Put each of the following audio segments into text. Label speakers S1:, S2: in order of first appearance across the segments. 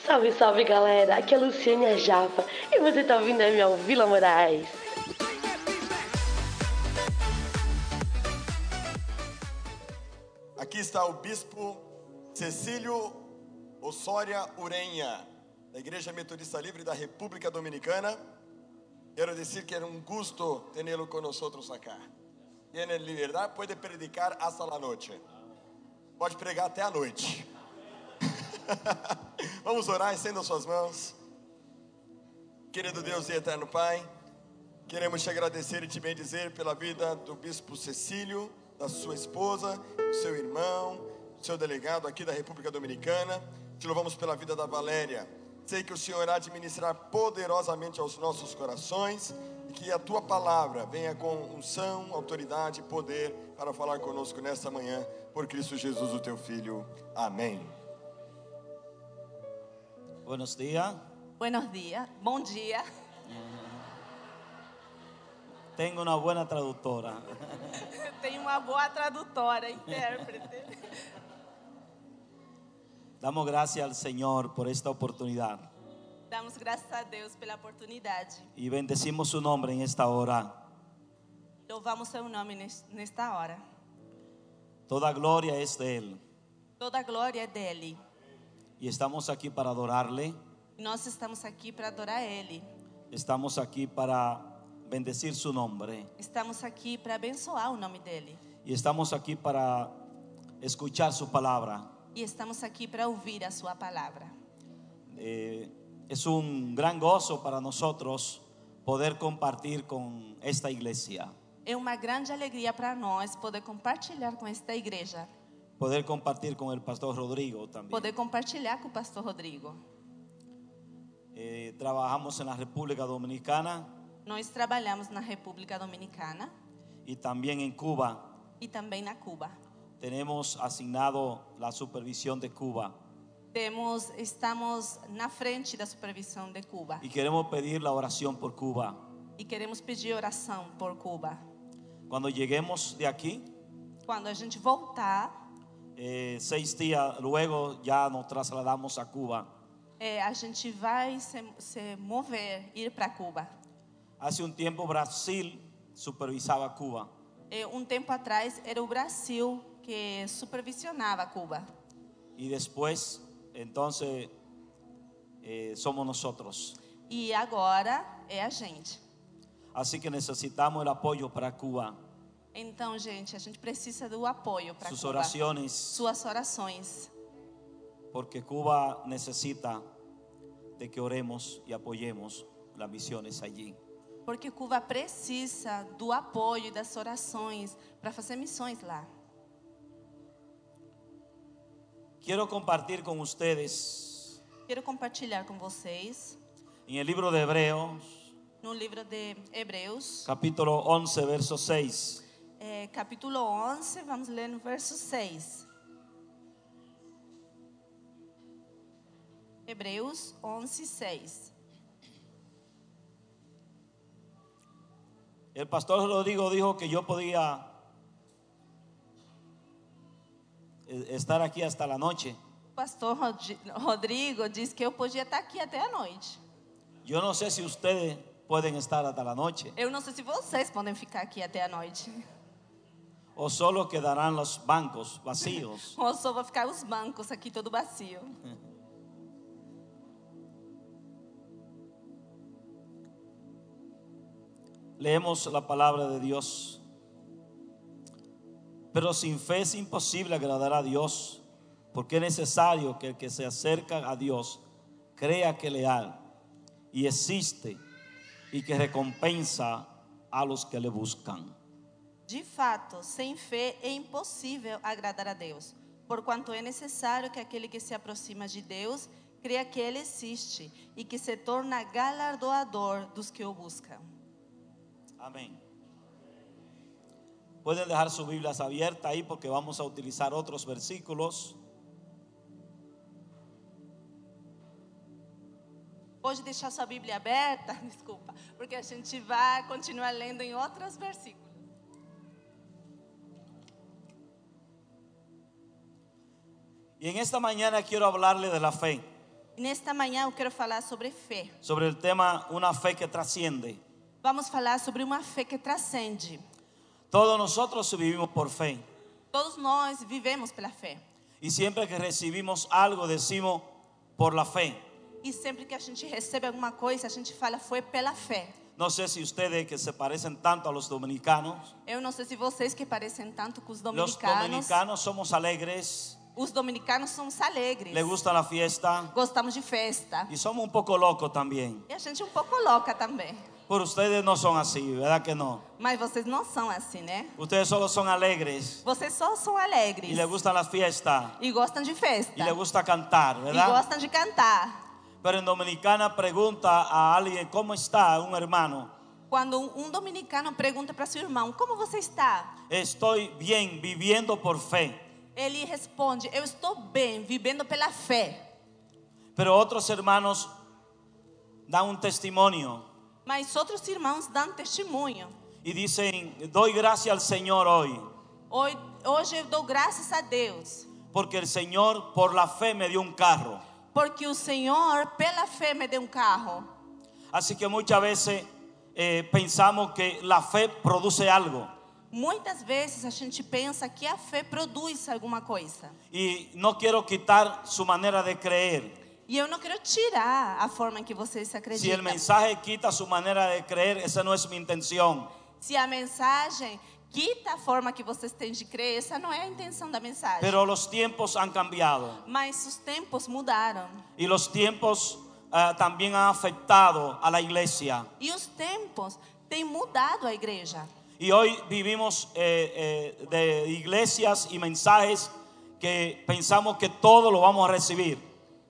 S1: Salve, salve galera! Aqui é a Luciane Java e você tá ouvindo a minha Vila Moraes.
S2: Aqui está o bispo Cecílio Osória Urenha, da Igreja Metodista Livre da República Dominicana. Quero dizer que era um gusto tê-lo conosco acá. Tiene liberdade, pode predicar hasta la noite. Pode pregar até a noite. Vamos orar, estenda suas mãos. Querido Deus e eterno Pai, queremos te agradecer e te bendizer pela vida do bispo Cecílio, da sua esposa, do seu irmão, do seu delegado aqui da República Dominicana. Te louvamos pela vida da Valéria. Sei que o Senhor irá administrar poderosamente aos nossos corações e que a tua palavra venha com unção, autoridade e poder para falar conosco nesta manhã, por Cristo Jesus, o teu filho. Amém.
S3: Buenos días.
S4: Buenos días. Bom dia.
S3: Tengo una buena traductora.
S4: Tem uma boa tradutora, intérprete.
S3: Damos gracias al Señor por esta oportunidad
S4: Damos graças a Deus pela oportunidade.
S3: y bendecimos su nombre en esta hora.
S4: Louvamos seu nome nes- nesta hora.
S3: Toda gloria es de Él
S4: Toda a glória é dele.
S3: y estamos aquí para adorarle,
S4: Nós estamos aqui para adorar ele.
S3: estamos aquí para bendecir su nombre
S4: Estamos aqui para abençoar o nome dele.
S3: y estamos aquí para escuchar su palabra.
S4: E estamos aqui para ouvir a sua palavra.
S3: Eh, es un gran gozo para nosotros poder compartir con esta iglesia,
S4: É uma grande alegria para nós poder compartilhar com esta igreja,
S3: poder compartir con el pastor Rodrigo también.
S4: poder compartilhar com o pastor Rodrigo.
S3: Eh, trabajamos en la República Dominicana
S4: Nós trabalhamos na República Dominicana
S3: y también en Cuba.
S4: e também na Cuba.
S3: Tenemos asignado la supervisión de Cuba
S4: Temos, estamos na frente da supervisão de Cuba
S3: y queremos pedir la oración por Cuba.
S4: e queremos pedir oração por Cuba.
S3: Cuando lleguemos de aquí,
S4: Quando a gente voltar,
S3: eh, seis días luego ya nos trasladamos a Cuba.
S4: eh, a gente vai se, se mover, ir para Cuba.
S3: Hace un tiempo Brasil supervisaba Cuba.
S4: Eh, um tempo atrás era o Brasil que supervisionava Cuba
S3: Y después, entonces, eh, somos nosotros.
S4: e agora é a gente.
S3: Así que necesitamos el apoyo para Cuba.
S4: Então, gente, a gente precisa do apoio para
S3: Sus
S4: Cuba.
S3: oraciones,
S4: Suas orações,
S3: porque Cuba necesita de que oremos y apoyemos las misiones allí.
S4: porque Cuba precisa do apoio e das orações para fazer missões lá.
S3: Quiero compartir con ustedes
S4: Quero compartilhar com vocês
S3: en el libro de Hebreos,
S4: no livro de Hebreus,
S3: capítulo 11, verso 6.
S4: eh, capítulo 11, vamos ler no verso 6. Hebreus 11, 6.
S3: El pastor Rodrigo dijo que yo podía eh, estar aquí hasta la noche.
S4: O pastor Rodi- Rodrigo diz que eu podia estar aqui até a noite.
S3: Yo no sé si ustedes pueden estar hasta la noche
S4: Eu não sei se vocês podem ficar aqui até a noite.
S3: o solo quedarán los bancos vacíos.
S4: Ou só vou ficar os bancos aqui todo bacio.
S3: Leemos la palabra de Dios. Pero sin fe es imposible agradar a Dios, porque es necesario que el que se acerca a Dios crea que le hay y existe y que recompensa a los que le buscan.
S4: De fato, sem fé é impossível agradar a Deus, porquanto é necessário que aquele que se aproxima de Deus creia que Ele existe e que se torna galardoador dos que o buscam.
S3: Amén. Pueden dejar sus Biblias abiertas ahí porque vamos a utilizar otros versículos.
S4: Pode deixar sua Bíblia aberta, desculpa, porque a gente vai continuar lendo em outros versículos.
S3: Y en esta mañana quiero hablarle de la fe.
S4: Nesta manhã eu quero falar sobre fé.
S3: sobre el tema una fe que trasciende.
S4: Vamos falar sobre uma fé que transcende.
S3: Todos nosotros vivimos por fe
S4: Todos nós vivemos pela fé.
S3: y siempre que recibimos algo decimos por la fe.
S4: E sempre que a gente recebe alguma coisa, a gente fala foi pela fé.
S3: No sé si ustedes que se parecen tanto a los dominicanos,
S4: Eu não sei se vocês que parecem tanto com os
S3: los
S4: dominicanos.
S3: dominicanos somos alegres,
S4: Os dominicanos somos alegres.
S3: les gusta la fiesta
S4: Gostamos de festa.
S3: y somos un poco locos también.
S4: E a gente é um pouco louca também.
S3: Pero ustedes no son así, ¿verdad que no?
S4: Mas vocês não são assim, né?
S3: Ustedes solo son alegres
S4: Vocês só são alegres.
S3: y les gusta la fiesta
S4: E gostam de festa.
S3: y les gusta cantar,
S4: E
S3: ¿verdad?
S4: gostam de cantar.
S3: Pero en Dominicana pregunta a alguien cómo está un hermano.
S4: Quando um, um dominicano pergunta para seu irmão, como você está?
S3: Estoy bien viviendo por fe.
S4: Ele responde, eu estou bem, vivendo pela fé.
S3: Pero otros hermanos dan un testimonio
S4: Mas outros irmãos dão testemunho.
S3: y dicen, doy gracias al Señor hoy,
S4: Hoje, hoje eu dou graças a Deus,
S3: porque el Señor por la fe me dio un carro.
S4: porque o Senhor, pela fé, me deu um carro.
S3: Así que muchas veces eh, pensamos que la fe produce algo
S4: Muitas vezes a gente pensa que a fé produz alguma coisa.
S3: y no quiero quitar su manera de creer.
S4: E eu não quero tirar a forma em que vocês se
S3: Si el
S4: acreditam.
S3: mensaje quita su manera de creer, esa no es mi intención.
S4: Se a mensagem quita a forma que vocês têm de crer, essa não é a intenção da mensagem.
S3: Pero los tiempos han cambiado
S4: Mas os tempos mudaram.
S3: y los tiempos ah, también han afectado a la iglesia.
S4: E os tempos têm mudado a igreja.
S3: Y hoy vivimos eh, eh, de iglesias y mensajes que pensamos que todo lo vamos a recibir.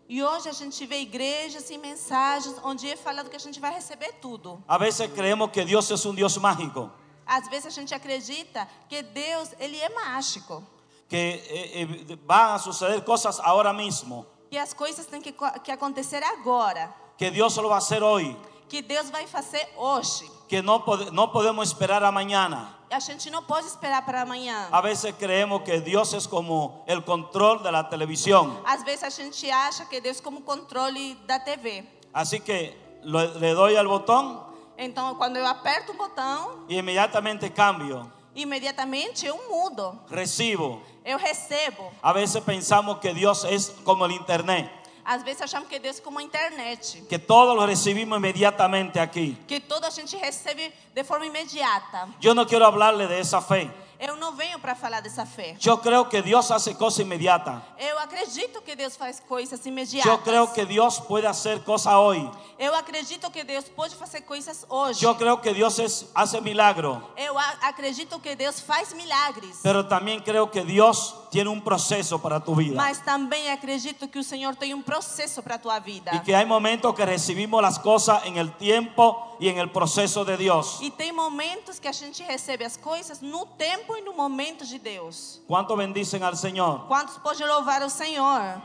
S4: E hoje a gente vê igrejas e mensagens onde é falado que a gente vai receber tudo.
S3: A veces creemos que Dios es un Dios mágico,
S4: Às vezes a gente acredita que Deus, ele é mágico.
S3: que eh, eh, van a suceder cosas ahora mismo,
S4: Que as coisas têm que, co- que acontecer agora.
S3: que Dios lo va a hacer hoy,
S4: Que Deus vai fazer hoje.
S3: que no, pode- no podemos esperar a mañana.
S4: A gente não pode esperar para amanhã.
S3: A veces creemos que Dios es como el control de la televisión.
S4: Às vezes a gente acha que Deus como controle da TV.
S3: Así que lo- le doy al botón
S4: Então, quando eu aperto um botão,
S3: y inmediatamente cambio,
S4: imediatamente eu mudo.
S3: recibo.
S4: Eu recebo.
S3: A veces pensamos que Dios es como el internet,
S4: Às vezes achamos que Deus como a internet,
S3: que todo lo recibimos inmediatamente aquí.
S4: que toda a gente recebe de forma imediata.
S3: Yo no quiero hablarle de esa fe.
S4: Eu não venho para falar dessa fé.
S3: Yo creo que Dios hace cosas inmediatas.
S4: Eu acredito que Deus faz coisas imediatas.
S3: Yo creo que Dios puede hacer cosas hoy.
S4: Eu acredito que Deus pode fazer coisas hoje.
S3: Yo creo que Dios es- hace milagros.
S4: Eu a- acredito que Deus faz milagres.
S3: Pero también creo que Dios tiene un proceso para tu vida.
S4: Mas também acredito que o Senhor tem um processo para a tua vida.
S3: Y que hay momentos que recibimos las cosas en el tiempo y en el proceso de Dios.
S4: E tem momentos que a gente recebe as coisas no tempo e no momento de Deus.
S3: ¿Cuánto bendicen al Señor?
S4: Quantos pode louvar o Senhor?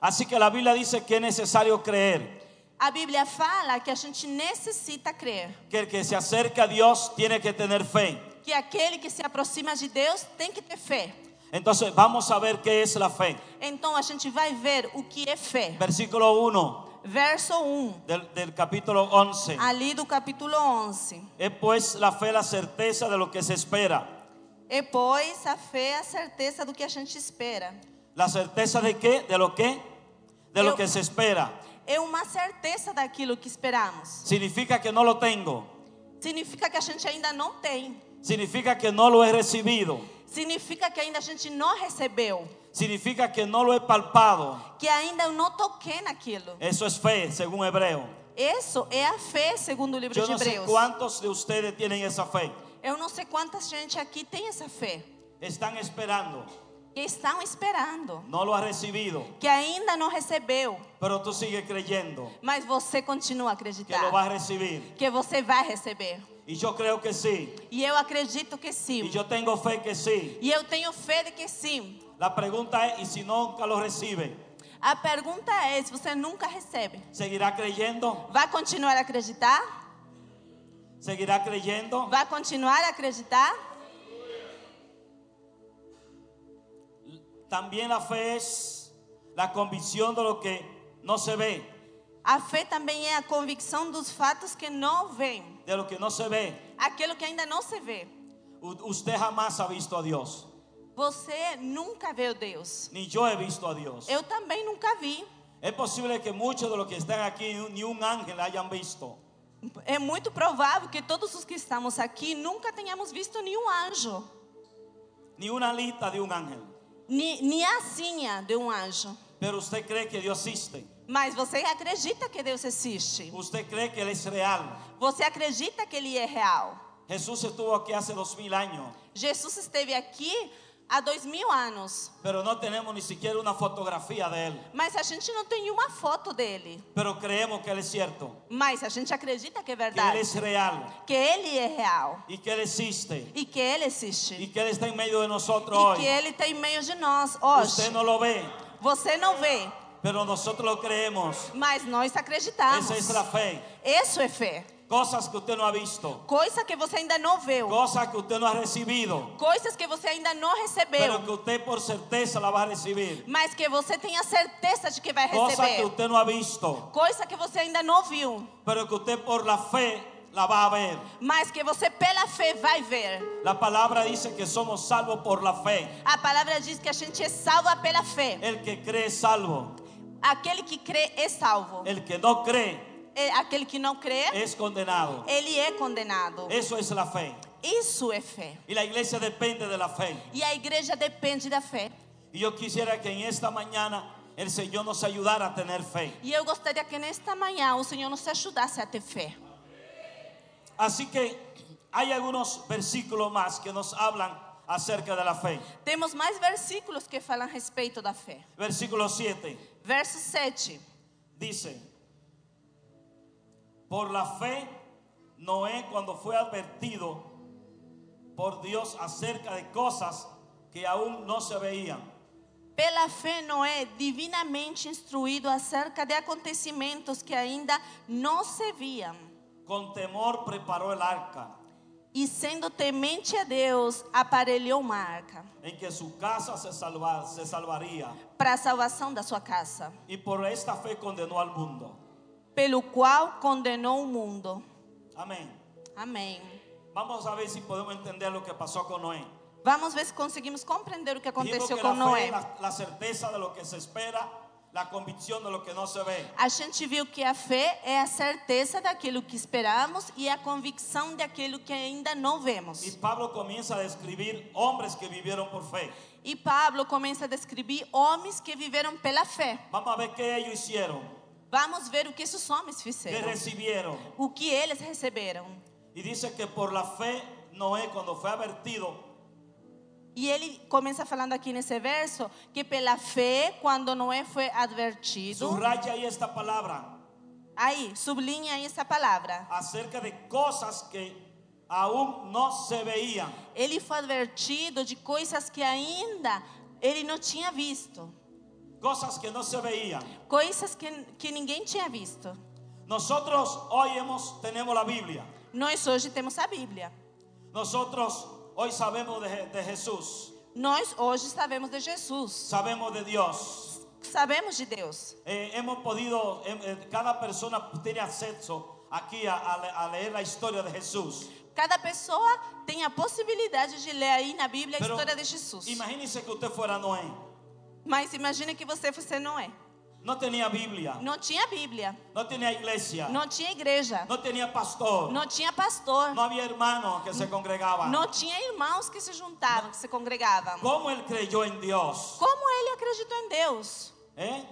S3: Así que la Biblia dice que es necesario creer.
S4: A Bíblia fala que a gente necessita crer.
S3: que el que se acerca a Dios tiene que tener fe.
S4: Que aquele que se aproxima de Deus tem que ter fé.
S3: Entonces vamos a ver qué es la fe.
S4: Então a gente vai ver o que é fé.
S3: Versículo 1
S4: Verso 1,
S3: del, del capítulo 11.
S4: ali do capítulo 11.
S3: Es pues la fe la certeza de lo que se espera.
S4: E pois a fé é a certeza do que a gente espera.
S3: ¿La certeza de qué? ¿De lo qué? De lo
S4: Yo-
S3: que se espera.
S4: É uma certeza daquilo que esperamos.
S3: Significa que no lo tengo.
S4: Significa que a gente ainda não tem.
S3: Significa que no lo he recibido.
S4: Significa que ainda a gente não recebeu,
S3: Significa que no lo he palpado.
S4: que ainda eu não toquei naquilo.
S3: Eso es fe, según Hebreo.
S4: Isso é a fé, segundo o livro
S3: Yo
S4: de
S3: no sé
S4: Hebreus.
S3: cuántos de ustedes tienen esa fe.
S4: Eu não sei quanta gente aqui tem essa fé,
S3: Están esperando.
S4: que estão esperando,
S3: No lo ha recibido.
S4: que ainda não recebeu,
S3: Pero tú sigues creyendo
S4: mas você continua a
S3: que lo vas a
S4: acreditar,
S3: recibir.
S4: que você vai receber.
S3: Y yo creo que sí.
S4: E eu acredito que
S3: Y
S4: sim.
S3: yo tengo fe que sí.
S4: E eu tenho fé de que sim.
S3: La pregunta es, ¿y si nunca lo recibe?
S4: A pergunta é: se você nunca recebe,
S3: ¿Seguirá creyendo?
S4: vai continuar a acreditar?
S3: ¿Seguirá creyendo?
S4: Vai continuar a acreditar?
S3: También la fe es la convicción de lo que no se ve,
S4: A fé também é a convicção dos fatos que não vêm,
S3: de lo que no se ve.
S4: aquilo que ainda não se vê.
S3: U- Usted jamás ha visto a Dios,
S4: Você nunca viu Deus.
S3: ni yo he visto a Dios.
S4: Eu também nunca vi.
S3: Es posible que muchos de los que están aquí ni un- ni un ángel hayan visto.
S4: É muito provável que todos os que estamos aqui nunca tenhamos visto nenhum anjo,
S3: ni una lista de un ángel.
S4: ni, nem a sinha de um anjo.
S3: Pero usted cree que Dios existe.
S4: Mas você acredita que Deus existe?
S3: Usted cree que Él es real.
S4: Você acredita que Ele é real?
S3: Jesús estuvo aquí hace dos mil años,
S4: Jesus esteve aqui há dois mil anos,
S3: pero no tenemos ni siquiera una fotografía de Él.
S4: mas a gente não tem uma foto dele.
S3: Pero creemos que Él es cierto,
S4: Mas a gente acredita que é
S3: que Él
S4: verdade,
S3: es real
S4: que Ele é real
S3: y que Él existe
S4: e que Ele
S3: y
S4: existe
S3: que Él está en medio de nosotros
S4: e
S3: hoy.
S4: que Ele tem em meio de nós hoje.
S3: Usted no lo ve,
S4: Você não vê,
S3: pero nosotros lo creemos.
S4: mas nós acreditamos.
S3: Esa es la fe.
S4: Isso é fé.
S3: Cosas que usted no ha visto,
S4: Coisa que você ainda não viu.
S3: cosas que usted no ha recibido,
S4: Coisas que você ainda não
S3: pero que
S4: recebeu.
S3: usted por certeza la va a recibir.
S4: Mas que você tenha certeza de que vai
S3: Cosas que
S4: receber.
S3: usted no ha visto,
S4: Coisa que você ainda não viu.
S3: pero que usted por la fe la va a ver.
S4: Mas que você, pela fé, vai ver.
S3: La palabra dice que somos salvos por la fe.
S4: A palavra diz que a gente é salva pela fé.
S3: El que cree es salvo.
S4: Aquele que crê é salvo.
S3: El que no cree
S4: E- Aquele que não crê,
S3: es condenado.
S4: ele é condenado.
S3: Eso es la fe.
S4: Isso é fé.
S3: Y la iglesia depende de la fe.
S4: E a igreja depende da fé.
S3: Y yo quisiera que en esta mañana el Señor nos ayudara a tener fe.
S4: E eu gostaria que nesta manhã o Senhor nos ajudasse a ter fé.
S3: Así que hay algunos versículos más que nos hablan acerca de la fe.
S4: Temos mais versículos que falam a respeito da fé.
S3: Versículo 7.
S4: Verso 7.
S3: Dice, por la fe, Noé cuando fue advertido por Dios acerca de cosas que aún no se veían,
S4: Pela fé, Noé, divinamente instruído acerca de acontecimentos que ainda não se viam,
S3: con temor preparó el arca,
S4: e sendo temente a Deus, aparelhou uma arca
S3: en que su casa se, salva- se salvaría,
S4: para a salvação da sua casa,
S3: y por esta fe condenó al mundo.
S4: pelo qual condenou o mundo.
S3: Amén.
S4: Amém.
S3: Vamos a ver si podemos entender lo que pasó con Noé.
S4: Vamos ver se conseguimos compreender o que
S3: Dijimos
S4: aconteceu
S3: que
S4: com
S3: la fe
S4: Noé.
S3: es la, la certeza de lo que se espera, la convicción de lo que no se ve.
S4: A gente viu que a fé é a certeza daquilo que esperamos e a convicção daquilo que ainda não
S3: Y
S4: vemos.
S3: Pablo comienza a describir hombres que vivieron por fe.
S4: E Pablo começa a descrever homens que viveram pela fé.
S3: Vamos a ver qué ellos hicieron,
S4: Vamos ver o que esses homens
S3: qué
S4: fizeram,
S3: recibieron.
S4: o que eles receberam.
S3: Y dice que por la fe Noé, cuando fue advertido,
S4: E ele começa falando aqui nesse verso que pela fé, quando Noé foi advertido,
S3: subraya ahí esta palabra
S4: aí sublinha aí essa palavra.
S3: acerca de cosas que aún no se veían.
S4: Ele foi advertido de coisas que ainda ele não tinha visto,
S3: Cosas que no se veían.
S4: coisas que, que ninguém tinha visto.
S3: Nosotros hoy hemos, tenemos la Biblia.
S4: Nós hoje temos a Bíblia.
S3: Nosotros hoy sabemos de, Je- de Jesús,
S4: Nós hoje sabemos de Jesus,
S3: sabemos de Dios.
S4: sabemos de Deus.
S3: Eh, hemos podido, em- eh, cada persona tiene acceso aquí a- a le- a leer la historia de Jesús.
S4: Cada pessoa tem a possibilidade de ler aí na Bíblia a
S3: Pero
S4: história de Jesus.
S3: Imagínense que usted fuera Noé.
S4: Mas imagine que você fosse Noé.
S3: No tenía Biblia,
S4: Não tinha Bíblia,
S3: no tenía iglesia,
S4: não tinha igreja,
S3: no tenía pastor,
S4: não tinha pastor,
S3: no había hermanos que se congregaban.
S4: não tinha irmãos que se juntavam, que se congregavam.
S3: ¿Cómo él creyó en Dios?
S4: Como ele acreditou em Deus?
S3: ¿Eh?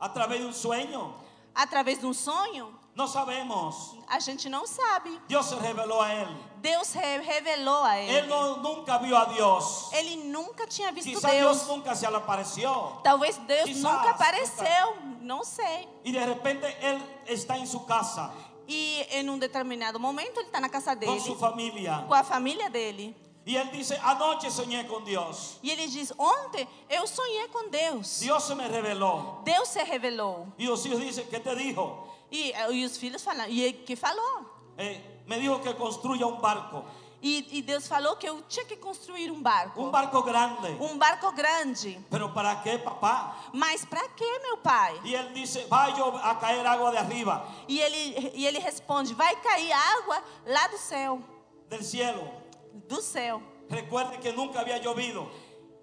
S3: ¿A través de un sueño?
S4: Através de um sonho?
S3: No sabemos.
S4: A gente não sabe.
S3: Dios se reveló a él.
S4: Deus re- revelou a
S3: Él
S4: ele.
S3: no- nunca vio a Dios.
S4: Ele nunca tinha visto
S3: Quizá
S4: Deus.
S3: Deus nunca se le apareció.
S4: Talvez Deus
S3: Quizás,
S4: nunca apareceu, não sei.
S3: Y de repente él está en su casa,
S4: E em um determinado momento ele está na casa dele,
S3: con su familia.
S4: com a família dele.
S3: Y él dice, anoche soñé con Dios.
S4: E ele diz: Ontem eu sonhei com Deus.
S3: Dios se me reveló.
S4: Deus se revelou. eh,
S3: Y los hijos dicen, ¿qué te dijo?
S4: E, e os filhos falam: E ele que falou?
S3: Eh, me dijo que construya un barco.
S4: E, e Deus falou que eu tinha que construir um barco.
S3: Un barco grande.
S4: Um barco grande.
S3: Pero ¿para qué, papá?
S4: Mas para que, meu pai?
S3: Y él dice, va a llover- a caer agua de arriba,
S4: E ele, e ele responde: vai cair água lá do céu.
S3: del cielo.
S4: Do céu.
S3: Recuerde que nunca había llovido.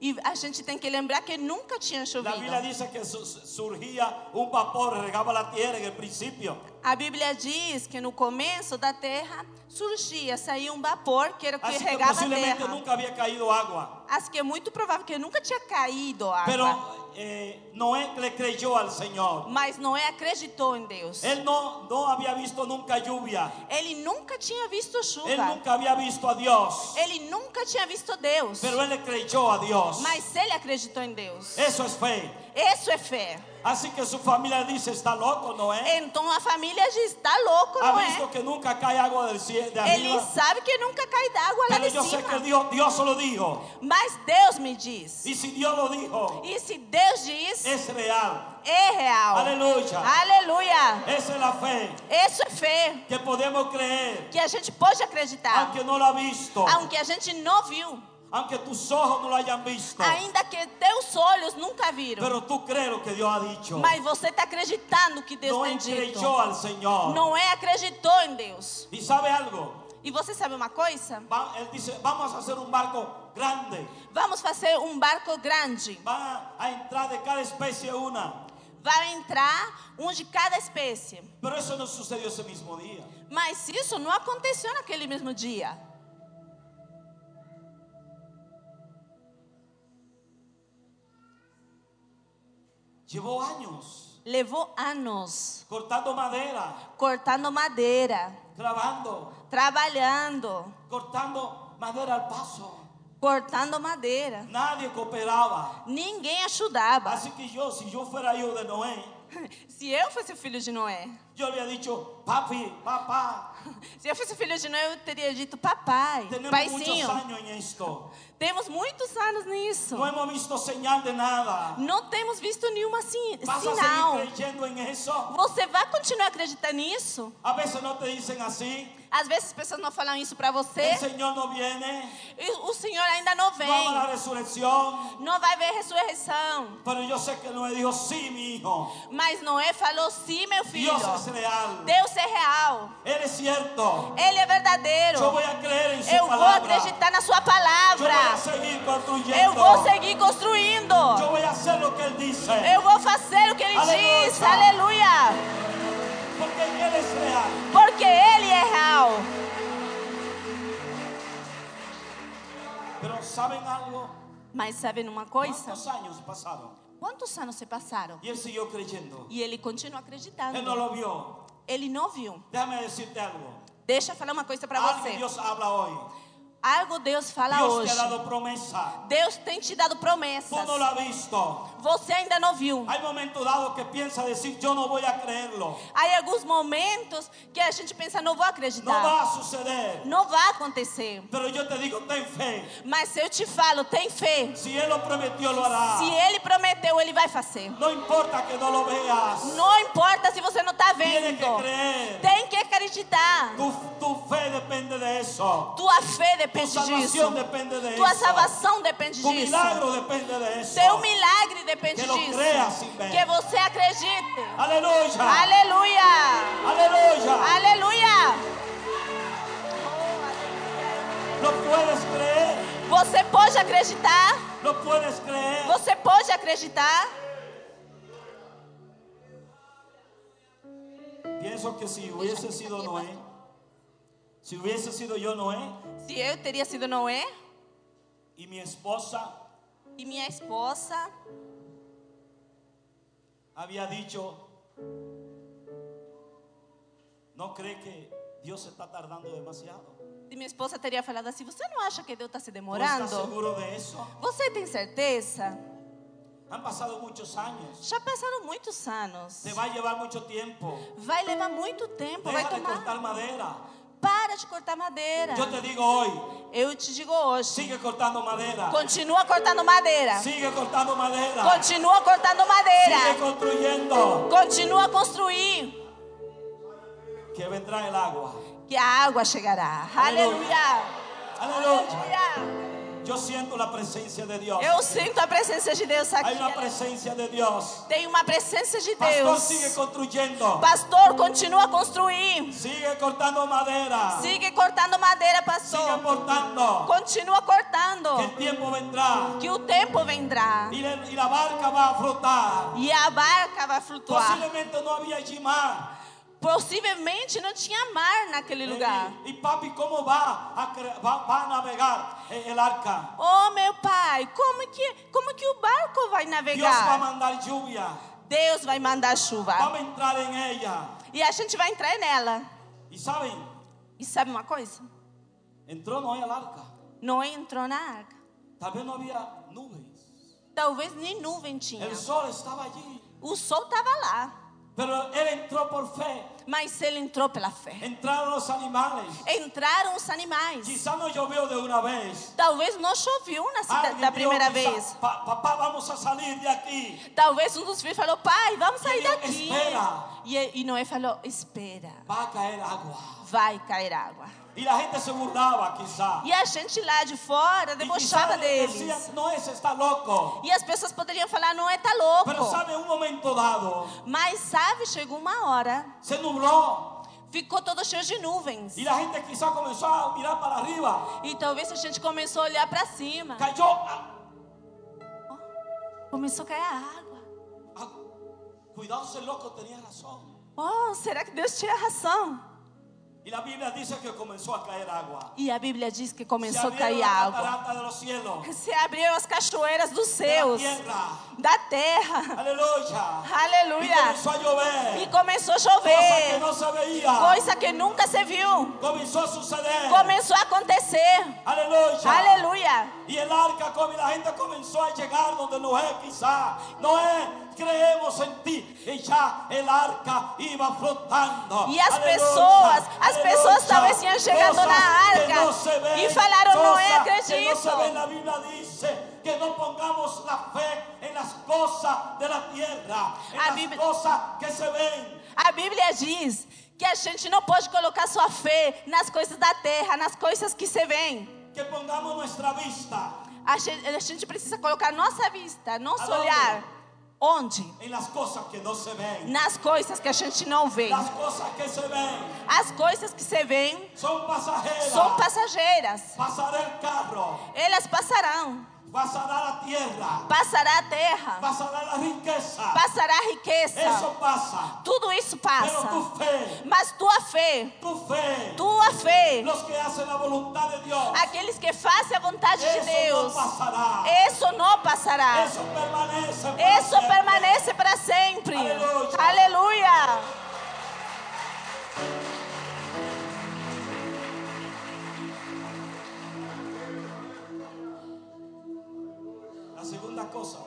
S4: E a gente tem que lembrar que nunca tinha
S3: La Biblia
S4: chovido.
S3: dice que su- surgía un vapor, regaba la tierra en el principio.
S4: A Bíblia diz que no começo da terra surgia, saía um vapor que era o que
S3: Así que
S4: regava a
S3: posiblemente
S4: terra.
S3: nunca había caído agua.
S4: Acho que é muito provável que nunca tinha caído água.
S3: Pero eh, Noé le creyó al Señor.
S4: Mas Noé acreditou em Deus.
S3: Él no, no había visto nunca lluvia.
S4: Ele nunca tinha visto chuva.
S3: Él nunca había visto a Dios.
S4: Ele nunca tinha visto Deus.
S3: Pero él le creyó a Dios.
S4: Mas ele acreditou em Deus.
S3: Eso es fe.
S4: Isso é fé.
S3: Así que su familia dice, está loco Noé.
S4: Então a família diz: tá louco,
S3: Ha
S4: não
S3: visto
S4: é?
S3: que nunca cae agua del cielo de
S4: Ele
S3: arriba.
S4: sabe que nunca cai d'água lá
S3: Pero
S4: de
S3: yo sé que
S4: cima.
S3: Dios, Dios se lo dijo.
S4: Mas Deus me diz.
S3: Y si Dios lo dijo,
S4: E se Deus diz,
S3: es real.
S4: é real.
S3: Aleluya.
S4: Aleluia.
S3: Esa es la fe
S4: Isso é fé
S3: que podemos creer,
S4: que a gente pode acreditar.
S3: aunque no la ha visto,
S4: Aunque a gente não viu.
S3: aunque tus ojos no lo hayan visto.
S4: Ainda que teus olhos nunca viram.
S3: Pero tú crees lo que Dios ha dicho.
S4: Mas você está acreditando que Deus
S3: No
S4: tem dito.
S3: creyó al Señor.
S4: Noé acreditou em Deus.
S3: Y sabe algo,
S4: E você sabe uma coisa?
S3: Va- él dice, vamos a hacer un barco grande.
S4: Vamos fazer um barco grande.
S3: Va a entrar de cada especie una.
S4: Vai entrar um de cada espécie.
S3: Pero eso no sucedió ese mismo día.
S4: Mas isso não aconteceu naquele mesmo dia.
S3: Llevó años
S4: Levou anos
S3: cortando madera,
S4: cortando madeira,
S3: clavando,
S4: trabalhando,
S3: cortando madera al paso.
S4: cortando madeira.
S3: Nadie cooperaba.
S4: Ninguém ajudava.
S3: Así que yo, si yo fuera hijo de Noé,
S4: Se eu fosse filho de Noé,
S3: yo le había dicho, papi, papá,
S4: se eu fosse filho de Noé, eu teria dito: Papai,
S3: tenemos muchos
S4: paizinho,
S3: años en esto.
S4: temos muitos anos nisso.
S3: No hemos visto señal de nada.
S4: Não temos visto nenhuma sin-
S3: ¿Vas
S4: sinal.
S3: a seguir creyendo en eso?
S4: Você vai continuar acreditando nisso?
S3: A veces no te dicen así.
S4: Às vezes as pessoas não falam isso pra você.
S3: El Señor no viene.
S4: E o Senhor ainda não
S3: No habrá
S4: vem.
S3: resurrección.
S4: Não vai ver ressurreição.
S3: Pero yo sé que Noé dijo, sí, mi hijo.
S4: Mas Noé falou: sim, meu filho.
S3: Dios es real.
S4: Deus é real.
S3: Él es cierto.
S4: Ele é verdadeiro.
S3: Yo voy a creer en su
S4: Eu vou
S3: palabra.
S4: acreditar na sua
S3: Yo voy a
S4: palavra.
S3: seguir
S4: Eu
S3: construyendo.
S4: vou seguir construindo.
S3: Yo voy a hacer lo que Él dice.
S4: Eu vou fazer o que ele
S3: Aleluia.
S4: diz. Aleluia.
S3: Porque Él es real.
S4: Porque ele é real.
S3: Pero ¿saben algo?
S4: Mas sabe uma coisa?
S3: ¿Cuántos años pasaron?
S4: Quantos anos se passaram?
S3: Y él siguió creyendo.
S4: E ele continua
S3: Él no
S4: acreditando.
S3: lo vio.
S4: Ele não viu.
S3: Déjame decirte algo.
S4: Deixa eu falar uma coisa para
S3: Algo
S4: você.
S3: Dios habla hoy.
S4: Algo Deus fala
S3: Dios
S4: hoje.
S3: te ha dado promesa.
S4: Deus tem te dado promessas.
S3: Tú no lo has visto.
S4: Você ainda não viu.
S3: Hay momentos dados que piensa decir, yo no voy a creerlo.
S4: Há alguns momentos que a gente pensa, não vou
S3: No
S4: acreditar.
S3: va a suceder.
S4: Não vai acontecer.
S3: Pero yo te digo, ten fe.
S4: Mas se eu te falo, tem fé.
S3: Si Él lo prometió, lo hará.
S4: Se ele prometeu, ele vai fazer.
S3: No importa que no lo veas.
S4: Não importa se você não tá
S3: Tienes
S4: vendo.
S3: que creer.
S4: Tem que acreditar.
S3: Tu, tu fe depende de eso.
S4: Tua fé
S3: Tu
S4: depende disso.
S3: salvación depende de
S4: Tua
S3: eso.
S4: salvação depende
S3: Tu
S4: disso.
S3: milagro depende de eso.
S4: Seu milagre depende
S3: Que lo
S4: disso.
S3: creas sin ver.
S4: Que você acredite.
S3: Aleluya.
S4: Aleluia!
S3: Aleluya.
S4: Aleluia!
S3: Lo puedes creer.
S4: Você pode acreditar.
S3: Lo puedes creer.
S4: Você pode acreditar.
S3: Pienso que si hubiese sido Noé, si hubiese sido yo Noé
S4: Se eu teria sido Noé
S3: y mi esposa
S4: e minha esposa,
S3: había dicho, ¿no cree que Dios se está tardando demasiado?
S4: se minha esposa teria falado assim: Você não acha que Deus está se
S3: ¿Tú estás
S4: demorando?
S3: seguro de eso?
S4: Você tem certeza?
S3: Han pasado muchos años.
S4: Já passaram muitos anos.
S3: Te va a llevar mucho tiempo.
S4: Vai levar muito tempo, vai
S3: Deja de
S4: tomar.
S3: cortar madera.
S4: Para de cortar madeira.
S3: Yo te digo hoy,
S4: Eu te digo hoje:
S3: sigue cortando madera.
S4: continua cortando madeira.
S3: Sigue cortando madera.
S4: Continua cortando
S3: Sigue
S4: madeira.
S3: construyendo.
S4: Continua a construir.
S3: Que vendrá el agua.
S4: Que a água chegará. Aleluia.
S3: Aleluya. Yo siento la presencia de Dios.
S4: Eu sinto a presença de Deus aqui.
S3: Hay una presencia de Dios.
S4: Tem uma presença de
S3: Pastor
S4: Deus.
S3: sigue construyendo.
S4: Pastor, continua a construir.
S3: Sigue cortando madera.
S4: Sigue cortando madeira,
S3: Sigue
S4: pastor.
S3: cortando.
S4: Continua cortando.
S3: Que el tiempo vendrá.
S4: Que o tempo vendrá.
S3: Y, la- y la barca va a flotar.
S4: E a barca vai flutuar.
S3: Posiblemente no había allí mar.
S4: Possivelmente não tinha mar naquele
S3: Uhum.
S4: lugar.
S3: Eh, Y, y papi, ¿cómo va a, cre- va, va a navegar el el arca?
S4: Oh meu pai, como que como que o barco vai
S3: Dios va a
S4: navegar?
S3: mandar lluvia.
S4: Deus vai mandar chuva
S3: Vamos a entrar en ella.
S4: e a gente vai entrar nela.
S3: Y saben,
S4: E sabe uma coisa?
S3: entró Noé al arca.
S4: Noé entrou na arca.
S3: Tal vez no había nubes.
S4: Talvez nem nuvem tinha.
S3: El sol estaba allí.
S4: O sol estava lá,
S3: Pero él entró por fe.
S4: mas ele entrou pela fé.
S3: Entraron los animales.
S4: Entraram os animais.
S3: Quizá no llovió de una vez.
S4: Talvez não choveu na cida-
S3: Alguien
S4: da
S3: dijo,
S4: primeira
S3: quizá,
S4: vez.
S3: "Pa- papá, vamos a salir de aquí.
S4: Talvez um dos filhos falou: Pai, vamos sair
S3: Ele
S4: daqui.
S3: espera.
S4: E, e Noé falou: Espera,
S3: Va a caer agua.
S4: vai cair água.
S3: Y la gente se burlaba quizá.
S4: E a gente lá de fora
S3: Y quizá
S4: debochava
S3: decía,
S4: deles.
S3: no, ese está loco.
S4: E as pessoas poderiam falar: Noé tá
S3: Pero
S4: louco.
S3: sabe, un momento dado,
S4: Mas sabe, chegou uma hora,
S3: se nubló.
S4: ficou todo cheio de nuvens.
S3: Y la gente quizá comenzó a mirar para arriba.
S4: E talvez a gente começou a olhar pra cima.
S3: Cayó a-
S4: Começou a cair a água.
S3: a- Cuidado, ese loco tenía razón.
S4: Oh, será que Deus tinha razão?
S3: Y la Biblia dice que comenzó a caer agua.
S4: E a Bíblia diz que
S3: Se
S4: começou a
S3: abrieron
S4: cair
S3: las
S4: água.
S3: cataratas de los cielos.
S4: Se abriram as cachoeiras dos
S3: de la
S4: céus,
S3: tierra.
S4: da terra.
S3: Aleluya. Y
S4: Aleluia.
S3: comenzó a llover.
S4: E começou a
S3: Cosa Então, que
S4: chover.
S3: no se veía.
S4: Coisa que nunca se viu.
S3: Comenzó a suceder.
S4: Começou a acontecer.
S3: Aleluya.
S4: Aleluia.
S3: Y el arca, como la gente comenzó a llegar donde Noé quizá. Noé, creemos en ti. Y ya el arca iba flotando.
S4: E as
S3: Aleluya,
S4: pessoas, as
S3: aleluya.
S4: pessoas talvez tenham chegado na
S3: Cosas que
S4: arca
S3: no se ven,
S4: e falaram, Noé,
S3: cosas Que
S4: acredito.
S3: no se ven. La Biblia dice que no pongamos la fe en las cosas de la tierra, en
S4: A
S3: las
S4: Biblia-
S3: cosas que se ven.
S4: A Bíblia diz que a gente não pode colocar sua fé nas coisas da terra, nas coisas que se veem.
S3: Que pongamos nuestra vista
S4: A gente, a gente precisa colocar nossa vista, nosso
S3: Aonde?
S4: olhar. Onde?
S3: en las cosas que no se ven.
S4: Nas coisas que a gente não vê.
S3: Las cosas que se ven
S4: As coisas que você vê
S3: son pasajeras.
S4: são passageiras.
S3: Pasará el carro,
S4: Elas passarão.
S3: pasará la tierra,
S4: Passará a terra.
S3: pasará la riqueza.
S4: Passará a riqueza.
S3: Eso pasa.
S4: Tudo isso
S3: Pero
S4: passa.
S3: tu fe,
S4: Mas tua fé,
S3: tu fe,
S4: tua fé,
S3: los que hacen la voluntad de Dios,
S4: aqueles que fazem a vontade de
S3: eso
S4: Deus,
S3: no pasará.
S4: isso não passará.
S3: Eso permanece. para
S4: Isso
S3: siempre.
S4: permanece para sempre.
S3: Aleluia.
S4: Aleluia.
S3: La segunda cosa,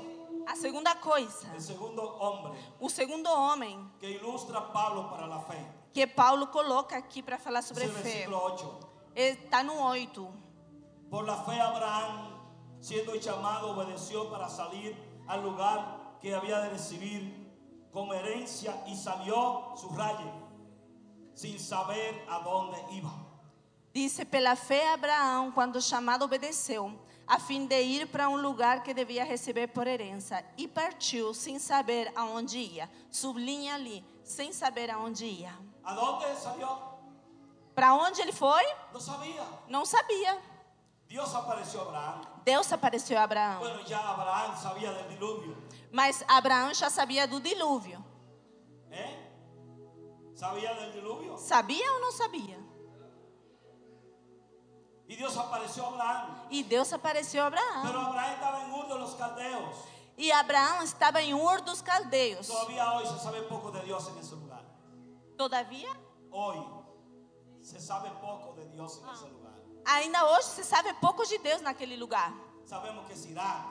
S4: A segunda coisa,
S3: el segundo hombre
S4: o segundo homem
S3: que ilustra Pablo para la fe.
S4: que Paulo coloca aqui para falar sobre
S3: Es el
S4: fé.
S3: versículo 8.
S4: Está no 8.
S3: Por la fe Abraham, siendo llamado, obedeció para salir al lugar que había de recibir como herencia y salió su rayo sin saber a dónde iba.
S4: Disse: Pela fé, Abraão, quando chamado, obedeceu, a fim de ir para um lugar que devia receber por herança. E partiu, sem saber aonde ia. Sublinha ali, sem saber aonde ia.
S3: ¿A dónde salió?
S4: Para onde ele foi?
S3: No sabía.
S4: Não sabia.
S3: Dios apareció a Abraham.
S4: Deus apareceu a Abraão.
S3: Bueno, ya Abraham sabía del diluvio.
S4: Mas Abraão já sabia do dilúvio.
S3: ¿Eh? ¿Sabía del diluvio?
S4: Sabia ou não sabia?
S3: Y Dios apareció a Abraham.
S4: E Deus apareceu a Abrão.
S3: Pero Abraham estaba en Ur de los Caldeos.
S4: E Abraão estava em Ur dos Caldeus.
S3: Todavía hoy se sabe poco de Dios en ese lugar.
S4: Todavia,
S3: Hoy se sabe poco de Dios en ese lugar.
S4: ainda hoje se sabe pouco de Deus naquele lugar.
S3: Sabemos que es Irak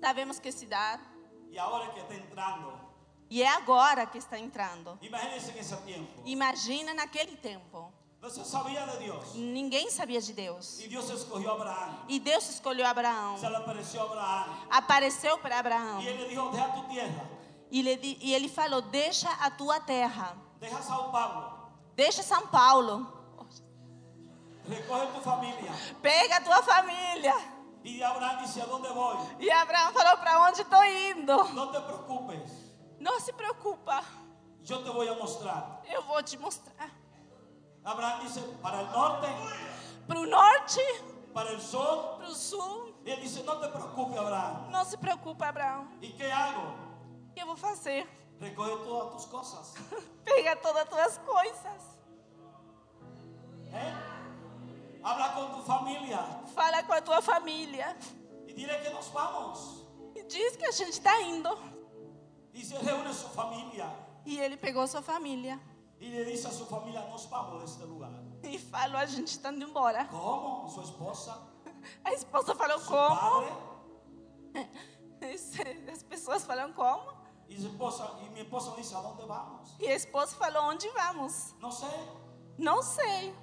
S4: Sabemos que cidade.
S3: y ahora es que está entrando.
S4: E é agora que está entrando.
S3: Imagínense en ese tiempo.
S4: Imagina naquele tempo.
S3: No se sabía de Dios.
S4: Ninguém sabia de Deus.
S3: Y Dios escogió a Abraham.
S4: E Deus escolheu Abraão.
S3: Se le apareció a Abraham.
S4: Apareceu para Abraão.
S3: Y él le dijo, deja tu tierra,
S4: E ele, di- e ele falou: Deixa a tua terra.
S3: deja Sao Paulo,
S4: Deixa São Paulo.
S3: recoge tu familia.
S4: Pega a tua família.
S3: Y Abraham dice, ¿a dónde voy?
S4: E Abraão falou: Para onde estou indo?
S3: No te preocupes,
S4: Não se preocupa,
S3: yo te voy a mostrar.
S4: eu vou te mostrar.
S3: Abraham dice, para el norte,
S4: Para o norte,
S3: para el sur.
S4: para o sul.
S3: Y él dice, no te preocupes, Abraham.
S4: Não se preocupa, Abraão.
S3: ¿Y qué hago?
S4: O que eu vou fazer?
S3: Recoge todas tus cosas.
S4: Pega todas as tuas coisas.
S3: ¿eh? Habla con tu familia
S4: Fala com a tua família.
S3: y dile que nos vamos.
S4: E diz que a gente está indo.
S3: Dice, reúne su familia.
S4: E ele pegou sua família.
S3: Y le dice a su familia, nos vamos de este lugar.
S4: E falou: A gente está indo embora.
S3: ¿Cómo? ¿Su esposa?
S4: A esposa falou:
S3: ¿Su
S4: Como?
S3: padre?
S4: As pessoas falam: Como?
S3: Y, su esposa, y mi esposa dice, ¿a dónde vamos?
S4: E a esposa falou: Onde vamos?
S3: No sé.
S4: Não sei.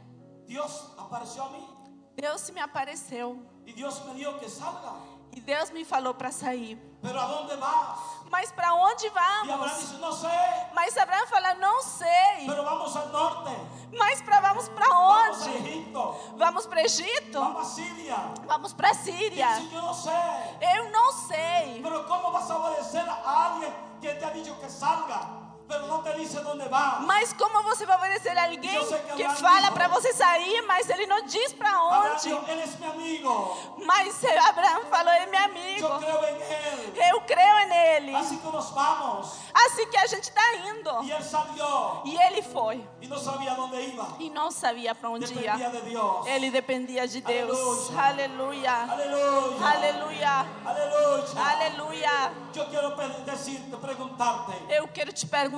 S3: Dios apareció a mí
S4: Deus se me apareceu.
S3: y Dios me dijo que salga.
S4: E Deus me falou para sair.
S3: Pero ¿a dónde vas?
S4: Mas para onde
S3: Y Abraham
S4: vamos?
S3: dice, no sé,
S4: Mas Abraão fala: Não sei.
S3: pero vamos al norte.
S4: Mas pra, vamos para
S3: Vamos a
S4: onde?
S3: Egipto.
S4: Vamos para Egito?
S3: Vamos a Siria.
S4: Vamos para
S3: Y
S4: Síria.
S3: dice, yo no sé.
S4: Eu não sei.
S3: Pero ¿cómo vas a obedecer a alguien que te ha dicho que salga, pero no te dice dónde va?
S4: Mas como você vai obedecer a alguém
S3: Eu sei que
S4: que
S3: Abraão
S4: fala
S3: diz-
S4: para você sair, mas ele não diz para
S3: Abraham
S4: onde?
S3: dijo, él es mi amigo.
S4: Mas Abraão falou: "Ele é meu
S3: Yo
S4: amigo.
S3: creo en él.
S4: Eu creio nele."
S3: Así que nos vamos.
S4: Assim que a gente está indo.
S3: Y él salió
S4: E ele foi
S3: y no sabía dónde iba.
S4: e não sabia para onde
S3: Dependía
S4: ia.
S3: de Dios.
S4: Ele dependia de Deus. Aleluia.
S3: Aleluya.
S4: Aleluia.
S3: Aleluya.
S4: Aleluia.
S3: Yo quiero pe- decirte, preguntarte,
S4: Eu quero te perguntar: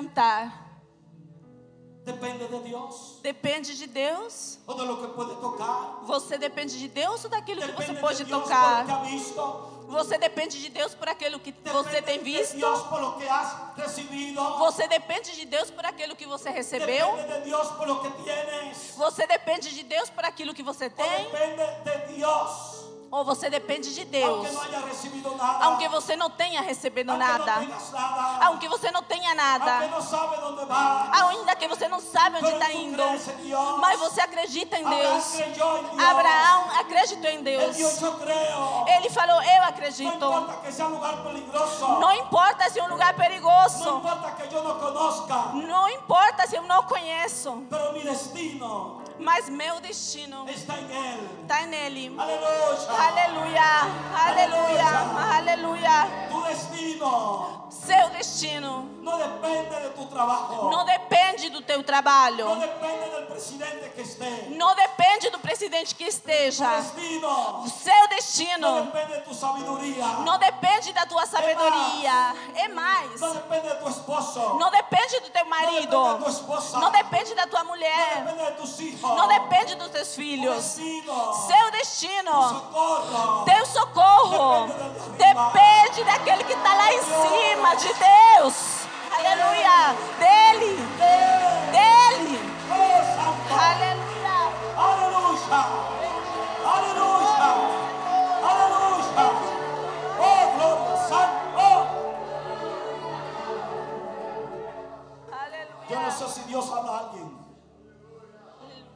S3: ¿depende de Dios
S4: depende de Deus?
S3: o de lo que puede tocar?
S4: Você depende de Deus ou daquilo que você
S3: ¿Depende
S4: pode
S3: de Dios por lo que
S4: tocar?
S3: ha visto?
S4: Você depende de Deus por aquilo que você tem
S3: ¿Depende de
S4: visto?
S3: Dios por lo que has recibido?
S4: Você depende de Deus por aquilo que você recebeu?
S3: Depende de Dios por lo que tienes.
S4: Você depende de Deus por aquilo que você
S3: O
S4: tem?
S3: depende de Dios,
S4: Ou você depende de Deus?
S3: aunque no haya recibido nada,
S4: Aunque você não tenha recebido
S3: aunque
S4: nada,
S3: no tengas nada,
S4: aunque você não tenha
S3: aunque
S4: nada,
S3: no sabe dónde va,
S4: ainda que você não sabe onde
S3: Pero
S4: está
S3: tú
S4: indo,
S3: crees en Dios.
S4: mas você acredita em
S3: Abraham
S4: Deus.
S3: creyó en Dios.
S4: Abraão acreditou em
S3: Él
S4: Deus.
S3: dijo, yo creo.
S4: Ele falou: Eu
S3: no
S4: acredito.
S3: importa que sea un lugar peligroso,
S4: Não importa se é um lugar
S3: No
S4: perigoso.
S3: importa que yo no conozca,
S4: Não importa se eu não conheço,
S3: pero mi destino
S4: mas meu destino
S3: está en Él.
S4: está nele.
S3: Aleluya.
S4: Aleluia, aleluia, aleluia.
S3: Tu destino
S4: Seu destino
S3: no depende de tu trabajo,
S4: não depende do teu trabalho,
S3: no depende del presidente que esté.
S4: não depende do presidente que
S3: Tu
S4: esteja.
S3: destino
S4: Seu
S3: no
S4: destino
S3: depende de tu sabiduría.
S4: não depende da tua sabedoria, é mais.
S3: No depende de tu esposo.
S4: Não depende do teu marido,
S3: Não depende da tua esposa.
S4: não depende da tua
S3: No
S4: mulher,
S3: depende de tus hijos.
S4: não depende dos teus filhos.
S3: Vecino.
S4: Seu destino
S3: Socorro.
S4: Teu socorro depende daquele que está lá em cima, de Deus. Aleluia. Dele. Dele.
S3: Oh, santo.
S4: Aleluia.
S3: Aleluya. Aleluya. Aleluya. Oh, gloria. Santo. Yo no
S4: Aleluia.
S3: sé si Dios habla a alguien.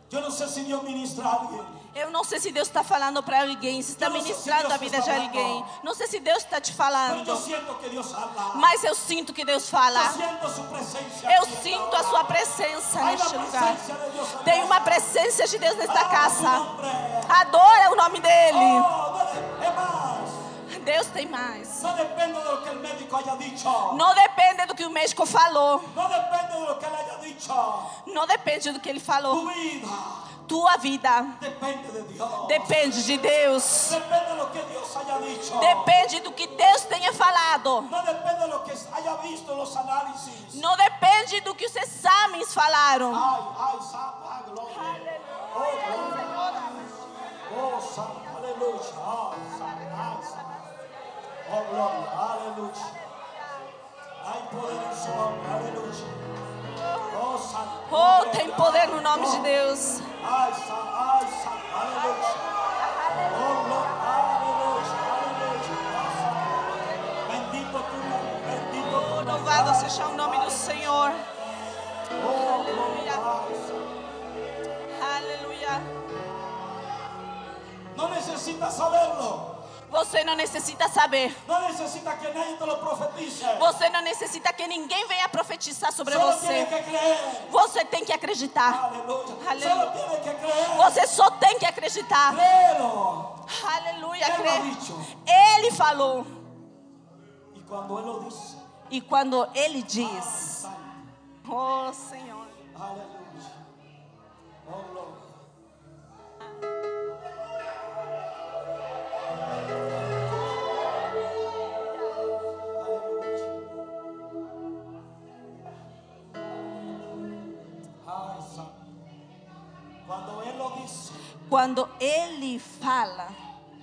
S3: Yo no sé si Dios ministra a alguien.
S4: Eu não sei se Deus está falando para alguém, se está
S3: Eu não sei se
S4: ministrando
S3: Deus
S4: a vida de
S3: está
S4: alguém.
S3: falando.
S4: Não sei se Deus está te
S3: Pero yo
S4: falando,
S3: siento que Dios habla.
S4: mas eu sinto que Deus
S3: Yo
S4: fala.
S3: siento su presencia.
S4: Eu
S3: aquí en
S4: sinto
S3: esta
S4: a
S3: hora.
S4: sua presença
S3: Hay una
S4: neste lugar.
S3: presencia de Dios en
S4: Tem
S3: esta
S4: uma presença de Deus nesta
S3: Alaba su
S4: casa.
S3: nombre.
S4: Adora o nome dele.
S3: Oh, no de- es más,
S4: Deus tem mais.
S3: no depende de lo que el médico haya dicho.
S4: Não depende do que o médico falou.
S3: No depende de lo que él haya dicho.
S4: Não depende do que ele
S3: Tu
S4: falou.
S3: vida
S4: Tua vida
S3: depende de Dios.
S4: depende de Deus.
S3: Depende de lo que Dios haya dicho.
S4: Depende do que Deus tenha falado.
S3: No depende de lo que haya visto en los análisis.
S4: Não depende do que os exames falaram.
S3: Ay, ay, santo, ay, gloria. Oh, gloria. Oh, santo, aleluya. Oh, santo, ay, santo. Oh, gloria, aleluya. Hay poder en su nombre, aleluya. Oh, santo.
S4: Oh, tem poder no nome de Deus.
S3: Ay, santo, ay, santo, aleluya. Oh, gloria, aleluya, aleluya. Oh, santo. Bendito tu nombre, bendito tu nombre.
S4: Louvado seja o nome do Senhor.
S3: Oh, gloria, ay, santo.
S4: Aleluia.
S3: No necesitas saberlo.
S4: Você não necessita saber.
S3: No necesitas que nadie te lo profetice.
S4: Você não necessita que ninguém venha profetizar sobre
S3: Solo tienes
S4: você.
S3: que creer.
S4: Você tem que acreditar.
S3: Aleluya.
S4: Aleluya.
S3: Solo tienes que creer.
S4: Você só tem que acreditar.
S3: Créelo.
S4: Aleluia.
S3: Él lo ha
S4: crê.
S3: dicho.
S4: Ele falou.
S3: Y cuando Él lo dice,
S4: E quando ele diz: Oh Senhor.
S3: aleluya. Oh, gloria. Aleluya. Ay, Santo. Cuando Él lo dice,
S4: Quando ele fala.